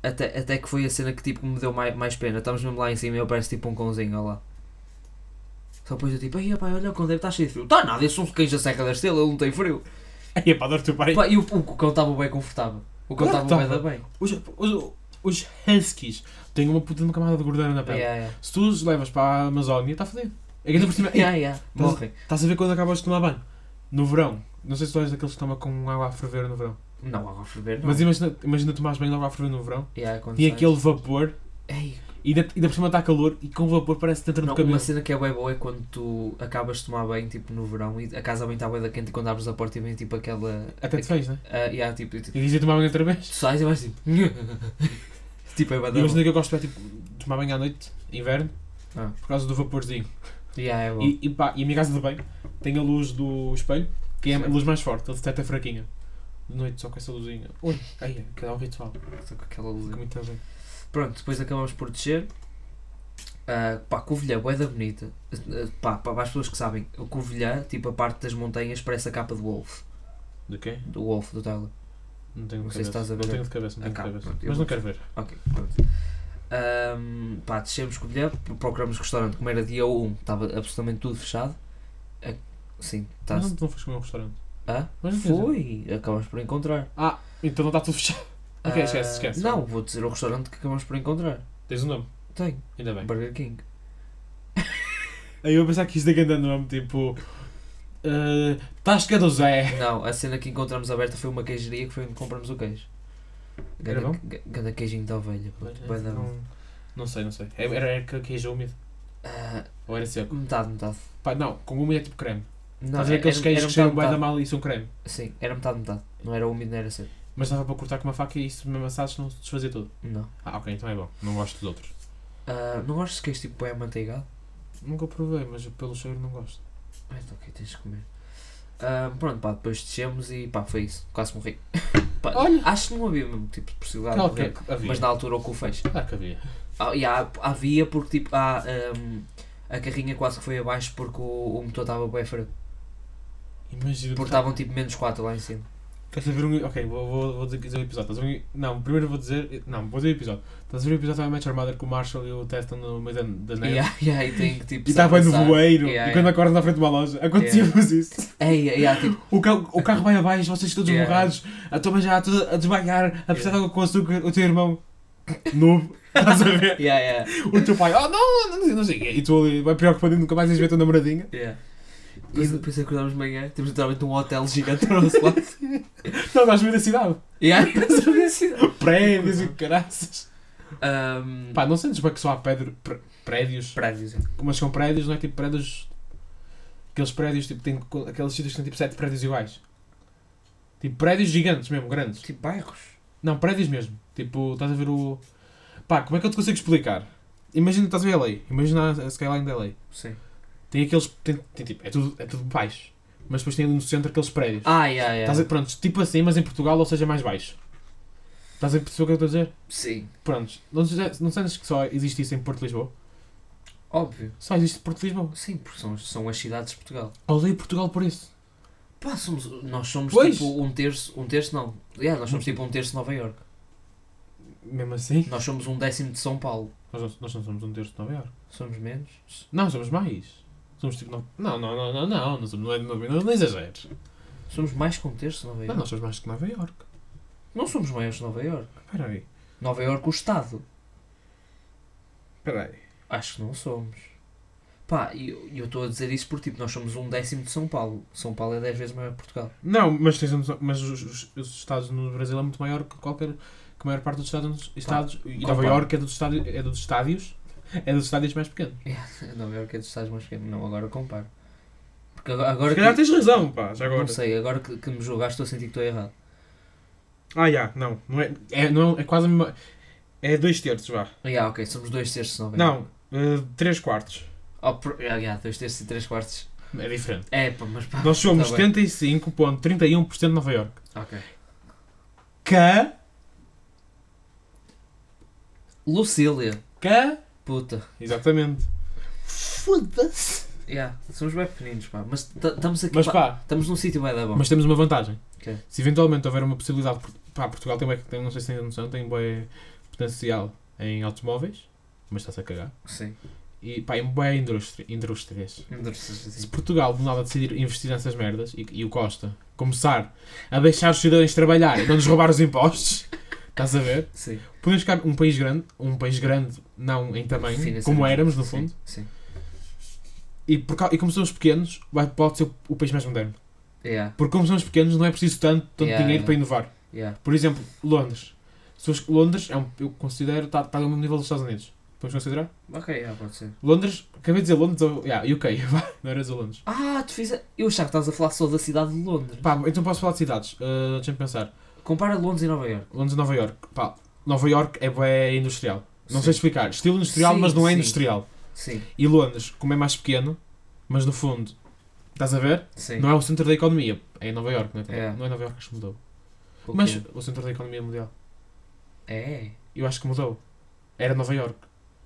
A: até, até que foi a cena que tipo me deu mai- mais, pena. Estamos mesmo lá em cima e eu parece tipo um cãozinho, olha lá. Só depois eu tipo, ai pai, olha o cão deve estar cheio de frio. Está nada, eu sou um cães da Serra da Estrela, ele não tem frio.
B: Aí é para dar o teu pai.
A: Pá, e o, o cão estava bem confortável. O cão
B: Claro
A: estava bem
B: que
A: da
B: Ah, tava.
A: bem.
B: Os, os, os huskies têm uma puta de uma camada de gordura na pele.
A: Yeah, yeah.
B: Se tu os levas para a Amazónia, está fodido. É que ainda por cima.
A: Yeah, yeah.
B: Mas-
A: Morrem.
B: Estás a ver quando acabas de tomar banho? No verão. Não sei se tu és daqueles que toma com água a ferver no verão.
A: Não, água a ferver não.
B: Mas imagina, imagina tomares banho de água a ferver no verão.
A: Yeah, quando
B: E
A: sais.
B: aquele vapor.
A: Ei,
B: E ainda, ainda por cima está calor. E com o vapor parece que te entra
A: Não,
B: no cabelo.
A: uma cena que é bem boa é quando tu acabas de tomar banho, tipo no verão, e a casa bem está bem da quente, e quando abres a porta e vem tipo aquela.
B: Até te fez, né?
A: ah, yeah, tipo, e tu,
B: E dizia tomar banho outra vez.
A: tu sais e vais tipo. tipo, é
B: E
A: bem da
B: Imagina que eu gosto de é, tipo, tomar banho à noite, inverno,
A: Ah.
B: por causa do vaporzinho.
A: yeah, é bom.
B: E, e pá, e a minha casa de banho tem a luz do espelho, que é a
A: Sim.
B: luz mais forte, ele detecta fraquinha. De noite só com essa luzinha. Ui, ai, que dá um ritual.
A: Só com aquela
B: Fica
A: luzinha.
B: muito bem.
A: Pronto, depois acabamos por descer. Ah, pá, Covilhã, boeda bonita. Ah, pá, pá, para as pessoas que sabem, o Covilhã, tipo a parte das montanhas, parece a capa do Wolf.
B: De quê?
A: Do Wolf, do Tyler.
B: Não tenho
A: Não
B: de
A: sei se estás
B: cabeça.
A: a ver.
B: Não tenho de cabeça, não tenho
A: Acaba,
B: de cabeça.
A: pronto, eu
B: Mas
A: vou-
B: não quero ver.
A: Ok, pronto. Ahm, pá, descemos Covilhã, pro- procuramos restaurante. Como era dia 1, estava absolutamente tudo fechado. Ah, sim, está.
B: Mas não, não foste comer um restaurante.
A: Ah?
B: Mas não tens-
A: Foi! Acabamos por encontrar.
B: Ah, então não está tudo fechado. Ok,
A: Ah,
B: esquece, esquece.
A: Não, vou dizer o restaurante que acabamos por encontrar.
B: Tens um nome,
A: Tem,
B: ainda bem.
A: Burger King.
B: Aí eu pensava que isto é grande nome, tipo. eh, Tasca do Zé.
A: Não, a cena que encontramos aberta foi uma queijaria que foi onde compramos o queijo.
B: Era
A: Ganda, ga- ganda queijinho de ovelha. puto, bué da bom.
B: Não, não sei, não sei. É, Era, era que- queijo úmido?
A: Ah,
B: Ou era seco?
A: metade, metade.
B: Pá, não, com úmido é tipo creme.
A: Não,
B: Estás a ver aqueles
A: era- um
B: queijos
A: era
B: que cheiram bem
A: metade,
B: da mal e são creme.
A: metade. Sim, era metade, metade. Não era úmido, não era seco.
B: Mas dava para cortar com uma faca e isso mesmo assados não se desfazia tudo.
A: Não.
B: Ah, ok, então é bom. Não gosto dos outros.
A: Ah, não gostas de queijo tipo é amanteigado?
B: Nunca provei, mas pelo cheiro não gosto.
A: Ah, então ok, tens de comer. Ah, pronto, pá, depois descemos e pá, foi isso. Quase morri. Pá,
B: Olha. Ah,
A: Acho que não havia mesmo tipo de possibilidade
B: Claro
A: de
B: que
A: morrer.
B: havia.
A: Mas na altura o cu fez.
B: Claro que havia.
A: Ah, e há- havia porque tipo, há, ahm, a carrinha quase que foi abaixo porque o, o motor estava bem fraco.
B: Imagina.
A: Porque estavam tipo menos 4 lá em cima.
B: Estás a ver um. Ok, vou, vou, vou dizer um episódio. Estás a ver um... Não, primeiro vou dizer. Não, vou dizer o episódio. Estás a ver o episódio da Match Armada com o Marshall e o Teston no meio da, da neve?
A: E há- e aí tem que tipo.
B: é? E estava no
A: atravessar.
B: voeiro.
A: Yeah,
B: e quando
A: yeah.
B: acordas na frente de uma loja, acontecia-vos isso.
A: É, e- e há, tipo,
B: O carro, o carro vai abaixo, vocês todos
A: Yeah.
B: borrados, a tua mãe já toda a desmaiar, a precisar
A: Yeah.
B: de água com açúcar, o teu irmão novo, estás a ver?
A: yeah, yeah,
B: O teu pai, oh não, não, não, não sei o quê. E tu ali, vai preocupado, nunca mais ias ver a tua namoradinha.
A: yeah. E
B: é.
A: depois acordámos de manhã, temos literalmente um hotel gigante ao nosso lado.
B: Não, estás a ver da cidade.
A: E há-
B: Prédios e caraças.
A: Ahm,
B: Pá, não sentes bem que só há pedro, pr- prédios.
A: prédios.
B: Mas são prédios, não é tipo prédios. Aqueles prédios, tipo, tem co- aqueles sítios que têm tipo sete prédios iguais. Tipo, prédios gigantes mesmo, grandes.
A: Tipo bairros.
B: Não, prédios mesmo. Tipo, estás a ver o. Pá, como é que eu te consigo explicar? Imagina, estás a ver a LA. Imagina a a skyline da LA.
A: Sim.
B: Tem aqueles. Tem, tem, tipo, é tudo, é tudo baixo. Mas depois tem ali no centro aqueles prédios.
A: Ah, yeah, yeah.
B: Estás a, pronto, tipo assim, mas em Portugal, ou seja, mais baixo. Estás a perceber o que eu estou a dizer?
A: Sim.
B: Prontos, não, não sentes que só existe isso em Porto de Lisboa?
A: Óbvio.
B: Só existe Porto de Lisboa.
A: Sim, porque são, são as cidades de Portugal.
B: Odeio Portugal por isso.
A: Pá, somos, nós somos
B: Pois.
A: tipo um terço. Um terço não. Yeah, nós somos tipo um terço de Nova York.
B: Mesmo assim?
A: Nós somos um décimo de São Paulo.
B: Nós, não- nós não somos um terço de Nova Iorque.
A: Somos menos.
B: Não, somos mais. Somos tipo. Não, não, não, não, não, não, não, somos- não, é de Nova- não, não exageres.
A: Somos mais que um terço de Nova
B: Não,
A: York.
B: nós somos mais que Nova Iorque.
A: Não somos maiores de Nova York.
B: Espera aí.
A: Nova York, o Estado.
B: Espera aí.
A: Acho que não somos. Pá, e eu e eu estou a dizer isso porque tipo, nós somos um décimo de São Paulo. São Paulo é 10 vezes maior que Portugal.
B: Não, mas, tens a noção- mas os, os- os estados no Brasil é muito maior que qualquer. que a maior parte dos estados. estados e Nova
A: compara.
B: Iorque é dos, estádio, é dos estádios. É dos estádios mais pequenos.
A: Nova Iorque é dos Estados mais pequenos. Não, agora comparo. Porque agora, agora
B: Se calhar
A: que-
B: tens razão, pá, já agora.
A: Não sei, agora que, que me julgaste estou a sentir que estou errado.
B: Ah, já, não. Não é, é, não, é quase. a mesma- É dois terços, vá.
A: Ah, yeah, ok, somos dois terços de Nova Iorque.
B: Não, eh, três quartos.
A: Oh, por... ah, yeah, dois terços e três quartos.
B: É diferente.
A: É, pá, mas pá.
B: Nós somos
A: tá bem.
B: 75,31% de Nova Iorque.
A: Ok.
B: Que.
A: Lucília.
B: Que.
A: Puta.
B: Exatamente. Foda-se.
A: Yeah, somos bem pequeninos, pá. Mas t- estamos aqui.
B: Mas
A: pá,
B: pá,
A: Estamos num sítio bem da bom.
B: mas temos uma vantagem.
A: Ok.
B: Se eventualmente houver uma possibilidade. por- Pá, Portugal tem, bué- tem não sei se têm noção, tem boé potencial em automóveis, mas está-se a cagar.
A: Sim.
B: E pá, em boé indústria, indústrias. Se
A: Sim.
B: Portugal do nada decidir investir nessas merdas e, e o Costa começar a deixar os cidadãos trabalhar e não nos roubar os impostos, estás a ver?
A: Sim.
B: Podemos ficar um país grande, um país grande, não em tamanho,
A: Financeiramente.
B: como éramos no fundo,
A: Sim.
B: e, por, cau- e como somos pequenos, vai, pode ser o país mais moderno.
A: Yeah,
B: Porque como somos pequenos, não é preciso tanto, tanto
A: Yeah,
B: dinheiro
A: yeah.
B: para inovar.
A: yeah.
B: Por exemplo, Londres. Se fores- Londres, é um, eu considero, está tá no mesmo nível dos Estados Unidos. Podemos considerar?
A: Ok, yeah, pode ser.
B: Londres, acabei de dizer Londres, ou, yeah, UK, vá, não eras a Londres.
A: Ah, tu fiz. a- Eu achava que estás a falar só da cidade de Londres.
B: Pá, então posso falar de cidades, Ah, deixa-me pensar.
A: Compara Londres e Nova Iorque.
B: Londres e Nova York. Pá, Nova York é bué industrial. Não
A: Sim.
B: sei explicar. Estilo industrial,
A: Sim,
B: mas não é
A: sim.
B: industrial.
A: Sim.
B: E Londres, como é mais pequeno, mas no fundo Estás a ver?
A: Sim.
B: Não é o centro da economia. É em Nova Iorque, não é?
A: É.
B: Não é Nova Iorque, acho que mudou.
A: Porque-
B: Mas o centro da economia mundial.
A: É.
B: Eu acho que mudou. Era Nova Iorque.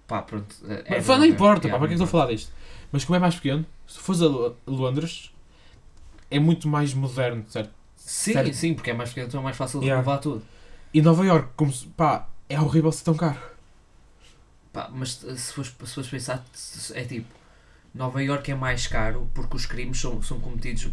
A: Pá, pronto. é- é
B: Mas, fala, não
A: verdade.
B: importa,
A: É,
B: pá, para que é que estou a falar disto? Mas como é mais pequeno, se fores a Lo- Londres, é muito mais moderno, certo?
A: Sim,
B: Sério?
A: sim, porque é mais pequeno, então é mais fácil
B: Yeah.
A: de levar tudo.
B: E Nova Iorque, como se, pá, é horrível ser tão caro.
A: Pá, mas se fores, se fores pensar, se- é tipo, Nova Iorque é mais caro porque os crimes são, são cometidos.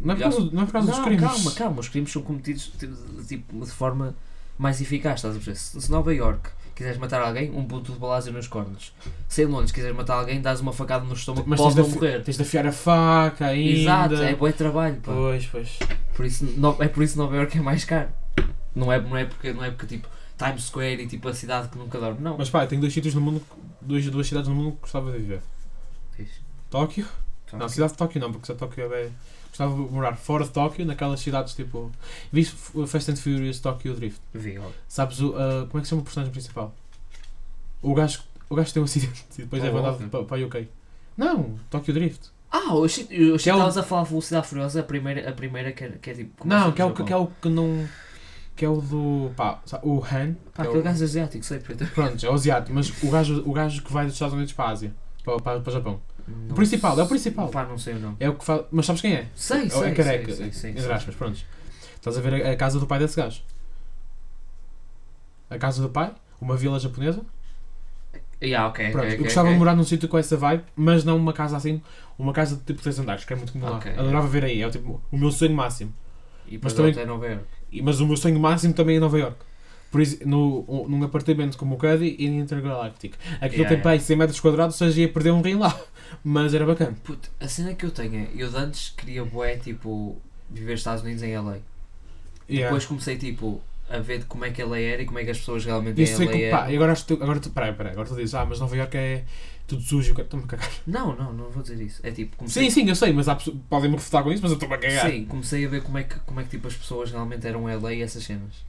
B: Não é por causa, não é por causa dos
A: Não,
B: crimes.
A: Calma, calma, os crimes são cometidos tipo, de- tipo, de forma mais eficaz, estás a perceber? Se, se Nova Iorque quiseres matar alguém, um ponto de balásio nos cornos. Se em Londres quiseres matar alguém, dás uma facada no estômago,
B: Mas tens
A: pode
B: de,
A: não
B: afi-
A: morrer.
B: tens de afiar a faca ainda.
A: Exato, é bom trabalho, pá.
B: Pois, pois.
A: Por isso, no, é por isso Nova Iorque é mais caro. Não é, não é porque, não é porque tipo, Times Square e tipo a cidade que nunca dorme, não.
B: Mas pá, eu tenho dois sítios no mundo, que- dois, duas cidades no mundo que gostava de viver.
A: Diz.
B: Tóquio?
A: Tá.
B: Não, cidade de Tóquio não, porque só Tóquio é bem... Gostava de morar fora de Tóquio, naquelas cidades tipo... Viste F- Fast and Furious Tokyo Drift?
A: Vi, ó.
B: Sabes o, ah, como é que se chama o personagem principal? O gajo, o gajo tem um acidente e depois é
A: Paul
B: mandado
A: Walker.
B: para, para a UK. Não, Tokyo Drift.
A: Ah, eu achei eu achei
B: é
A: que
B: o-
A: estavas a falar de Velocidade Furiosa, a primeira, a primeira que, é, que é tipo. começa
B: não,
A: no
B: que é, o, que,
A: Japão.
B: que é o que não... Que é o do... pá, sabe, o Han. que
A: Pá,
B: é
A: Ah, aquele
B: o-
A: gajo asiático, sei, preto.
B: Pronto, é o asiático, mas o gajo, o gajo que vai dos Estados Unidos para a Ásia. Para, para, para o Japão.
A: Não
B: principal, é o
A: sei-
B: principal.
A: Pá, não sei o nome.
B: É o que faz... Mas sabes quem é?
A: Sei,
B: é
A: sei.
B: careca,
A: sei, sei,
B: entre
A: sei.
B: aspas, pronto. Estás a ver a, a casa do pai desse gajo? A casa do pai? Uma vila japonesa?
A: Yeah, ok,
B: Pronto,
A: ok, ok,
B: eu gostava
A: ok.
B: de morar num sítio com essa vibe, mas não uma casa assim, uma casa de tipo 3 andares, que é muito comum
A: Ok.
B: lá. Adorava ver aí, é o, tipo, o meu sonho máximo.
A: E depois
B: Mas também-
A: até Nova Iorque.
B: E- mas o meu sonho máximo também é Nova York. Por isso, no, um- num apartamento como o Cuddy e no Intergalactic. Aquilo
A: Yeah,
B: tem para aí 100 metros quadrados, ou seja, ia perder um rim lá. Mas era bacana.
A: Puto, a cena que eu tenho é, eu de antes queria bué, tipo, viver nos Estados Unidos em LA.
B: Yeah.
A: Depois comecei, tipo, a ver de como é que LA era e como é que as pessoas realmente
B: Isso
A: em
B: é
A: LA
B: que, pá,
A: eram.
B: e agora acho que tu, agora tu, peraí, peraí, agora tu dizes, ah, mas Nova Iorque é tudo sujo, eu quero- estou-me a cagar.
A: Não, não, não vou dizer isso. É tipo, comecei
B: Sim, sim, eu sei, mas há pessoas- podem-me refutar com isso, mas eu estou-me a cagar.
A: Sim, comecei a ver como é que, como é que tipo, as pessoas realmente eram LA e essas cenas.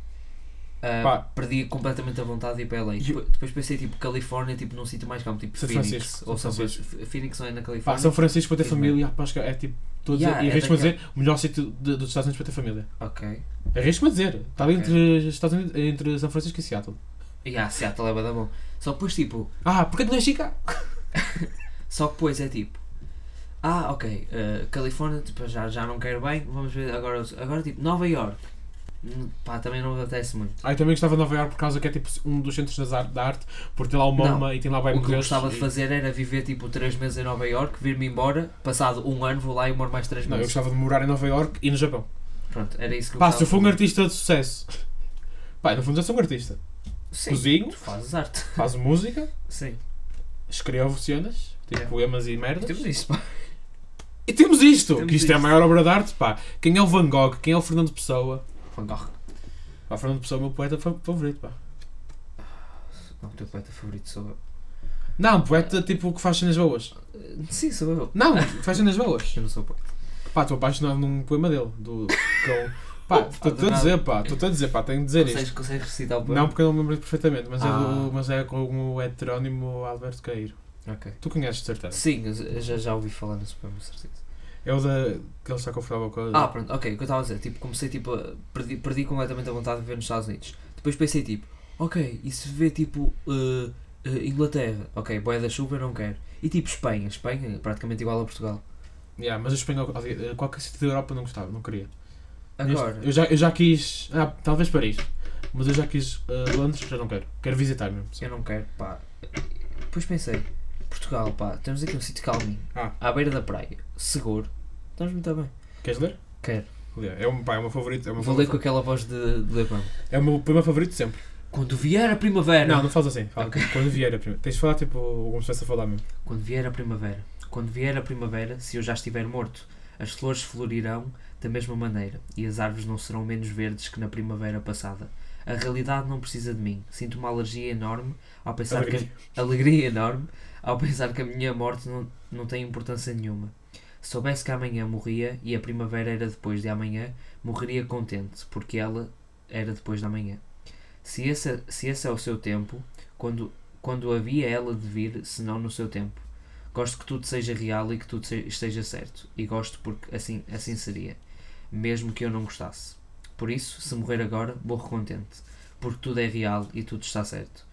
A: Ah,
B: Pá.
A: perdi completamente a vontade de ir para LA.
B: E-
A: Depois, depois pensei tipo Califórnia, tipo num sítio mais calmo, tipo
B: São
A: Phoenix.
B: Francisco,
A: ou
B: São
A: São Francisco. Phoenix não é na
B: Pá,
A: Califórnia.
B: São Francisco para ter
A: Felizmente.
B: família, pá, acho que é tipo, estou a dizer,
A: Yeah,
B: e
A: é
B: arrisco-me a
A: daquele-
B: dizer, o melhor sítio de- dos Estados Unidos para ter família.
A: Ok.
B: Arrisco-me a dizer, está ali
A: Ok.
B: entre, Estados Unidos, entre São Francisco e Seattle.
A: E yeah, Seattle é bué da bom. Só que depois tipo,
B: Ah, porquê que não é Chicago?
A: só que depois é tipo. Ah, ok. ah, Califórnia tipo, já, já não quero bem. Vamos ver agora. os- Agora tipo Nova York. Pá, também não me apetece muito.
B: Ah, eu também gostava de Nova Iorque por causa que é tipo um dos centros das ar- da arte, porque tem lá o MoMA e tem lá bem
A: O que eu gostava
B: e...
A: de fazer era viver tipo 3 meses em Nova York, vir-me embora, passado um ano vou lá e moro mais 3
B: Não, eu
A: meses.
B: gostava de morar em Nova Iorque e no Japão.
A: Pronto, era isso que eu
B: Pá, se é eu for
A: gostava
B: um
A: de
B: artista de sucesso, pá, no fundo eu sou um artista.
A: fazer. Sim,
B: Cozinho,
A: tu fazes arte.
B: faço música,
A: Sim.
B: escrevo cenas, tipo
A: Yeah.
B: poemas e merdas.
A: É. Temos isso, pá.
B: E temos isto,
A: Temos
B: que isto é a
A: isto.
B: maior obra de arte, pá. Quem é o Van Gogh? Quem é o Fernando Pessoa?
A: Van Gogh.
B: Pá, Fernando Pessoa é o meu poeta fa- favorito, pá.
A: Não, o teu poeta favorito sou eu.
B: Não, poeta tipo que faz cenas boas.
A: Eh, Sim, sou eu.
B: Não, que faz cenas boas.
A: Eu não sou poeta.
B: Pá, estou apaixonado num poema dele, do cão. Pá,
A: do
B: estou a
A: nada.
B: dizer, pá, estou a dizer, pá, tenho de dizer
A: Consegues,
B: isto.
A: consegues recitar o
B: Não,
A: poema?
B: porque eu não me lembro perfeitamente, mas, é
A: Ah.
B: do, mas é com o heterónimo Alberto Cairo.
A: Ok.
B: Tu conheces, de certeza.
A: Sim, eu já, já ouvi falar nesse poema, certeza.
B: É o da. que ele está confortável com a.
A: Ah, pronto, ok, o que eu estava a dizer, tipo, comecei, tipo, a- perdi, perdi completamente a vontade de viver nos Estados Unidos. Depois pensei, tipo, ok, e se vê, tipo, eh, eh, Inglaterra? Ok, boia da chuva, eu não quero. E, tipo, Espanha, Espanha é praticamente igual a Portugal.
B: Yeah, mas o espanhol, ali, eh, qualquer sítio da Europa não gostava, não queria.
A: Agora,
B: Eu já, eu já quis. Ah, talvez Paris. Mas eu já quis eh, Londres, já não quero. Quero visitar mesmo. só.
A: eu não quero, pá. Depois pensei, Portugal, pá, temos aqui um sítio calminho,
B: Ah.
A: à beira da praia, seguro, estamos muito bem.
B: Queres ler?
A: Quero.
B: É, é, um, pá, é o meu favorito. É o meu,
A: Vou ler com
B: favorito.
A: aquela voz de, de Lebão.
B: É o meu poema favorito de sempre.
A: Quando vier a primavera.
B: Não, não faz assim. Fala,
A: Ok.
B: Quando vier a primeira. Tens de falar tipo como se estivesse a falar mesmo.
A: Quando vier a primavera, quando vier a primavera, se eu já estiver morto, as flores florirão da mesma maneira e as árvores não serão menos verdes que na primavera passada. A realidade não precisa de mim. Sinto uma alergia enorme ao pensar
B: Alegria.
A: que alegria enorme ao pensar que a minha morte não, não tem importância nenhuma. Se soubesse que amanhã morria e a primavera era depois de amanhã, morreria contente, porque ela era depois de amanhã. Se esse, se esse é o seu tempo, quando, quando havia ela de vir, senão no seu tempo. Gosto que tudo seja real e que tudo se- esteja certo. E gosto porque assim, assim seria. Mesmo que eu não gostasse. Por isso, se morrer agora, morro contente. Porque tudo é real e tudo está certo.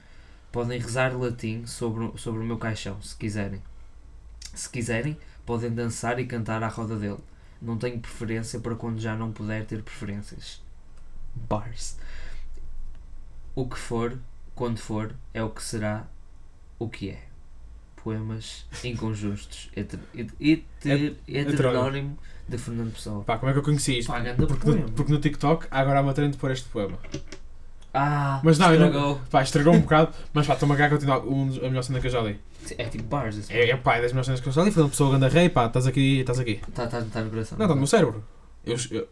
A: Podem rezar latim sobre, o- sobre o meu caixão, se quiserem. Se quiserem, podem dançar e cantar à roda dele. Não tenho preferência para quando já não puder ter preferências. Bars. O que for, quando for, é o que será, o que é. Poemas inconjustos. heter- het- heter- Heteronónimo de Fernando Pessoa.
B: Pá, como é que eu conheci isto?
A: Pá, ganda
B: Porque
A: poema.
B: no, porque no TikTok há agora há uma trend de pôr este poema.
A: Ah,
B: Mas não, eu não-
A: estragou.
B: Pá, estragou um bocado, mas pá, estou-me a cagar continuar um, dos- a melhor cena que eu já li.
A: É tipo bars. esse
B: É, é pá, é das melhores cenas que eu já li. Foi uma pessoa grande rei, pá, estás aqui, estás aqui.
A: Tá, tá, tá no coração.
B: Não, está no meu cérebro. Eu, eu,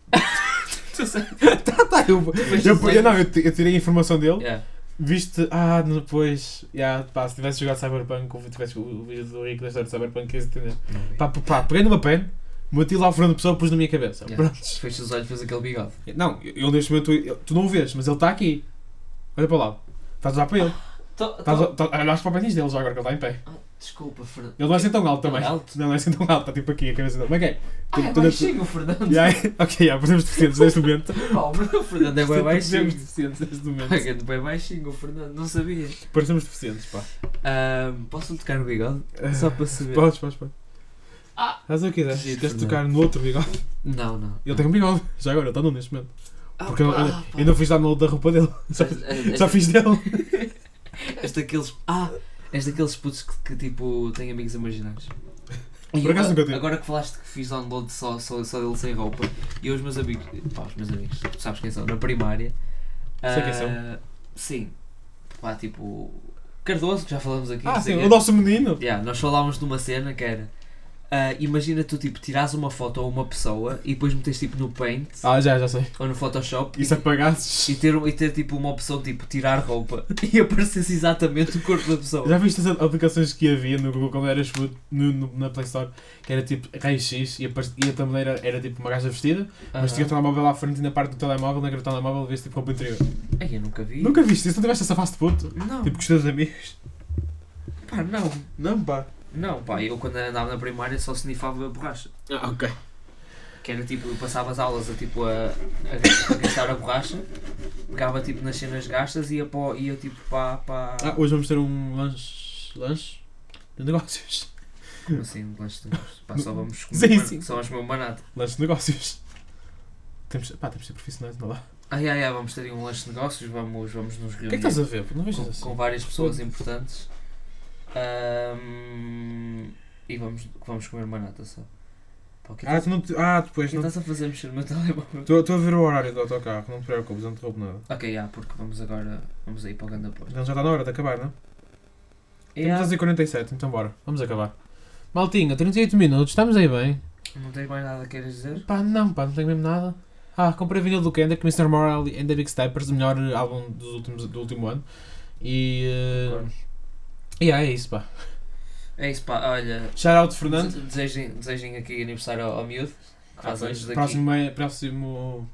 A: Tu sei.
B: tá, eu,
A: fez
B: eu-
A: isso
B: eu-
A: aí?
B: não, eu, ti- eu tirei a informação dele,
A: Yeah.
B: viste, ah, depois, yeah, pá, se tivesse jogado Cyberpunk, ou tivesse o, o vídeo do Rico da história de Cyberpunk, ias entender. Pá, pá, pá, peguei numa pen, meti lá o Fernando Pessoa, pus na minha cabeça.
A: Yeah.
B: Prontos.
A: Fecha os olhos e fez aquele bigode.
B: Não, eu neste momento, eu- tu não o vês, mas ele está aqui. Olha para lá. Estás a olhar para ele. Estás a, estás a- olhaste para o pênis dele já agora que ele está em pé.
A: Desculpa, Fernando.
B: Ele não é assim tão alto
A: Ele é
B: também.
A: alto?
B: Não, não é assim tão alto, está tipo aqui a cabeça dele. Mas ok.
A: Ah, é
B: Tu- tu-
A: baixinho o Fernando.
B: Yeah, ok, já, perdemos deficientes neste momento.
A: Pá, o meu Fernando é bem
B: Perdemos
A: baixinho.
B: deficientes neste
A: Pá,
B: momento.
A: grande bem baixinho o Fernando. Não sabia.
B: Parecemos deficientes, pá.
A: Ahm, Posso-lhe tocar no bigode? Só para saber.
B: Podes, podes, podes.
A: Ah!
B: Faz o que quiseres.
A: Giro,
B: Queres
A: Fernando.
B: tocar no outro bigode?
A: Não, não.
B: Ele tem um bigode, já agora, ele está num neste momento.
A: Ah,
B: Porque
A: pá,
B: eu, eu,
A: pá. eh,
B: eu não fiz nada no da roupa dele. Só,
A: És-
B: só fiz dele.
A: És daqueles. Ah! És daqueles putos que, que, tipo têm amigos imaginários. E
B: Por acaso
A: eu-
B: nunca tive.
A: Agora que falaste que fiz download só, só, só dele sem roupa, e eu os meus amigos. Pá, os meus amigos, tu sabes quem são? Na primária.
B: Sei quem
A: ah,
B: são.
A: Sim. Pá, tipo. Cardoso, que já falamos aqui.
B: Ah,
A: não sei
B: sim,
A: quê.
B: o nosso menino.
A: Yeah, nós falámos de uma cena que era. ah, imagina tu tipo tirares uma foto a uma pessoa e depois metes tipo no Paint
B: Ah, é já, já sei.
A: ou no Photoshop
B: E se
A: e, e
B: apagasses.
A: ter, um- e ter tipo uma opção tipo tirar roupa e aparecesse exatamente o corpo da pessoa.
B: Já viste as aplicações que havia no Google quando eras puto, no, no- na Play Store? Que era tipo raio-x e a, pas- e a thumbnail era, era tipo uma gaja vestida, mas
A: Aham.
B: tinha o telemóvel lá à frente e na parte do telemóvel, na grande telemóvel, vês tipo roupa interior.
A: Ai, eu nunca vi.
B: Nunca viste isso? Não tiveste essa face de puto?
A: Não,
B: Tipo com os teus amigos?
A: pá, não.
B: Não, pá.
A: Não, pá, eu quando andava na primária só snifava borracha.
B: Ah, ok.
A: Que era tipo, eu passava as aulas a tipo a, a gas- a gastar a borracha, pegava tipo nas cenas gastas e ia, para, o- ia tipo para. para...
B: Ah, hoje vamos ter um lanche. lanche? De negócios.
A: Como assim, de lanche de gosto? Pá, só vamos comer.
B: Sim,
A: mana-
B: sim.
A: Só vamos comer uma nata.
B: Lanche de negócios. Temos, pá, temos de ser profissionais, não dá.
A: Ai, ai, ai, vamos ter aí um lanche de negócios, vamos, vamos nos
B: O
A: reunir
B: que é que estás a ver? Não vejas
A: com,
B: assim.
A: com várias pessoas importantes. Ahm, e vamos, vamos comer uma nata só. Pá, o que é que
B: Ah,
A: estás-
B: tu não te- ah,
A: o
B: depois
A: que
B: não.
A: estás a fazer mexer no meu telemóvel?
B: Estou estou a ver o horário do autocarro, não te preocupes, não te roubo nada.
A: Ok, já, porque vamos agora. Vamos aí para o Ganda Porto.
B: Então já está na hora de acabar, não?
A: Ya,
B: Temos a dizer 47, então bora, vamos acabar. Maltinha, 38 minutos, estamos aí bem?
A: Não tens mais nada a queres dizer?
B: Pá, não, pá, não tenho mesmo nada. Ah, comprei vinil do Kendrick, Mr. Moral and the Big Steppers, o melhor álbum dos últimos, do último ano. E. eh, e ah, é isso, pá.
A: É isso, pá, olha.
B: Shout out Fernando.
A: dese- Desejem, desejem aqui aniversário ao, ao miúdo, que faz
B: Ah,
A: anos daqui.
B: próximo, meia- próximo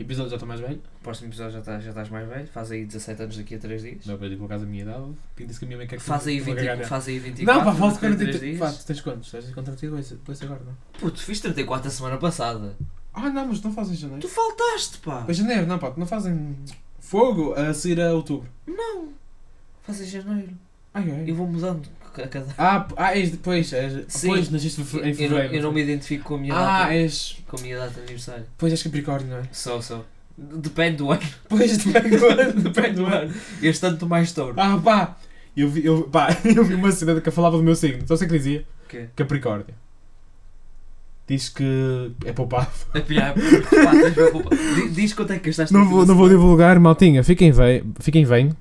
B: episódio já estou mais velho.
A: Próximo episódio já estás, já estás mais velho, faz aí 17 anos daqui a 3 dias.
B: Não, para ir por causa da minha idade. Quem disse que a minha mãe quer que
A: Faz aí,
B: eu vou
A: 20,
B: cagar
A: faz aí 24.
B: Não, pá, falta
A: daqui a três
B: 43.
A: dias.
B: Pá, tu tens quantos? Tens com 32 depois agora, não?
A: Puto, fiz 34 a semana passada.
B: Ah, não, mas não fazem janeiro.
A: Tu faltaste, pá!
B: Mas janeiro, não, pá, não fazem fogo a sair a outubro.
A: Não! Faz em janeiro.
B: Ai, ai.
A: Eu vou mudando a cada.
B: Ah, p- ah, és depois, és,
A: Sim.
B: depois nasceste em fe- em
A: eu, não,
B: fevereiro.
A: eu não me identifico com a minha é.
B: Ah,
A: data.
B: és,
A: Com a minha data de aniversário.
B: depois és Capricórnio, não é?
A: Só, só. Depende do ano.
B: Depois depende do ano, depende do ano.
A: Este ano estou mais touro.
B: Ah, pá, eu vi, eu, pá, eu vi uma cena que eu falava do meu signo, só sei que dizia
A: O quê?
B: Capricórnio. Diz que é poupado.
A: A piar. Pá, tens bem culpa. Di- Diz quanto é que gastaste
B: Não
A: naquilo
B: vou, não vou
A: assim.
B: divulgar, maltinha, fiquem bem, fiquem bem.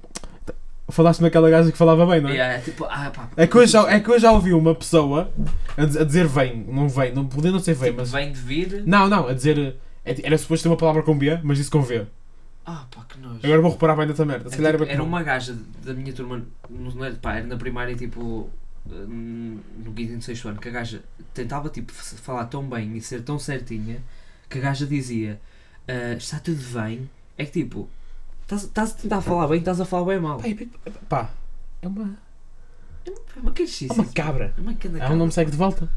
B: Falaste-me aquela gaja que falava bem, não é?
A: Yeah, é tipo, ah, pá.
B: É que, eu já, é que eu já ouvi uma pessoa a, diz- a dizer vem, não vem, não podia não ser vem,
A: Tipo,
B: mas.
A: vem de vir.
B: Não, não, a dizer. é- Era suposto ter uma palavra com B, mas disse com V.
A: Ah, pá, que nojo.
B: Agora vou reparar bem nessa merda.
A: É
B: Se calhar
A: tipo,
B: era
A: era
B: com-
A: uma gaja da minha turma, não era, pá, era na primária, tipo, hum, no quinto e no sexto ano, que a gaja tentava, tipo, f- falar tão bem e ser tão certinha, que a gaja dizia, ah, está tudo bem, é que, tipo,
B: é
A: estás- estás a tentar falar bem, estás a falar bem mal.
B: Pá, e- pá, é uma.
A: Mas que isso?
B: É uma cabra. É
A: Uma cana
B: Ela não me segue de volta.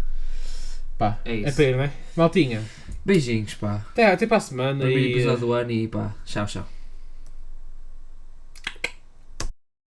B: Pá,
A: É
B: é,
A: isso.
B: para ir, não é? Maltinha,
A: Beijinhos, pá.
B: até, até para a semana
A: Primeiro
B: e...
A: episódio do ano e pá. Tchau, tchau.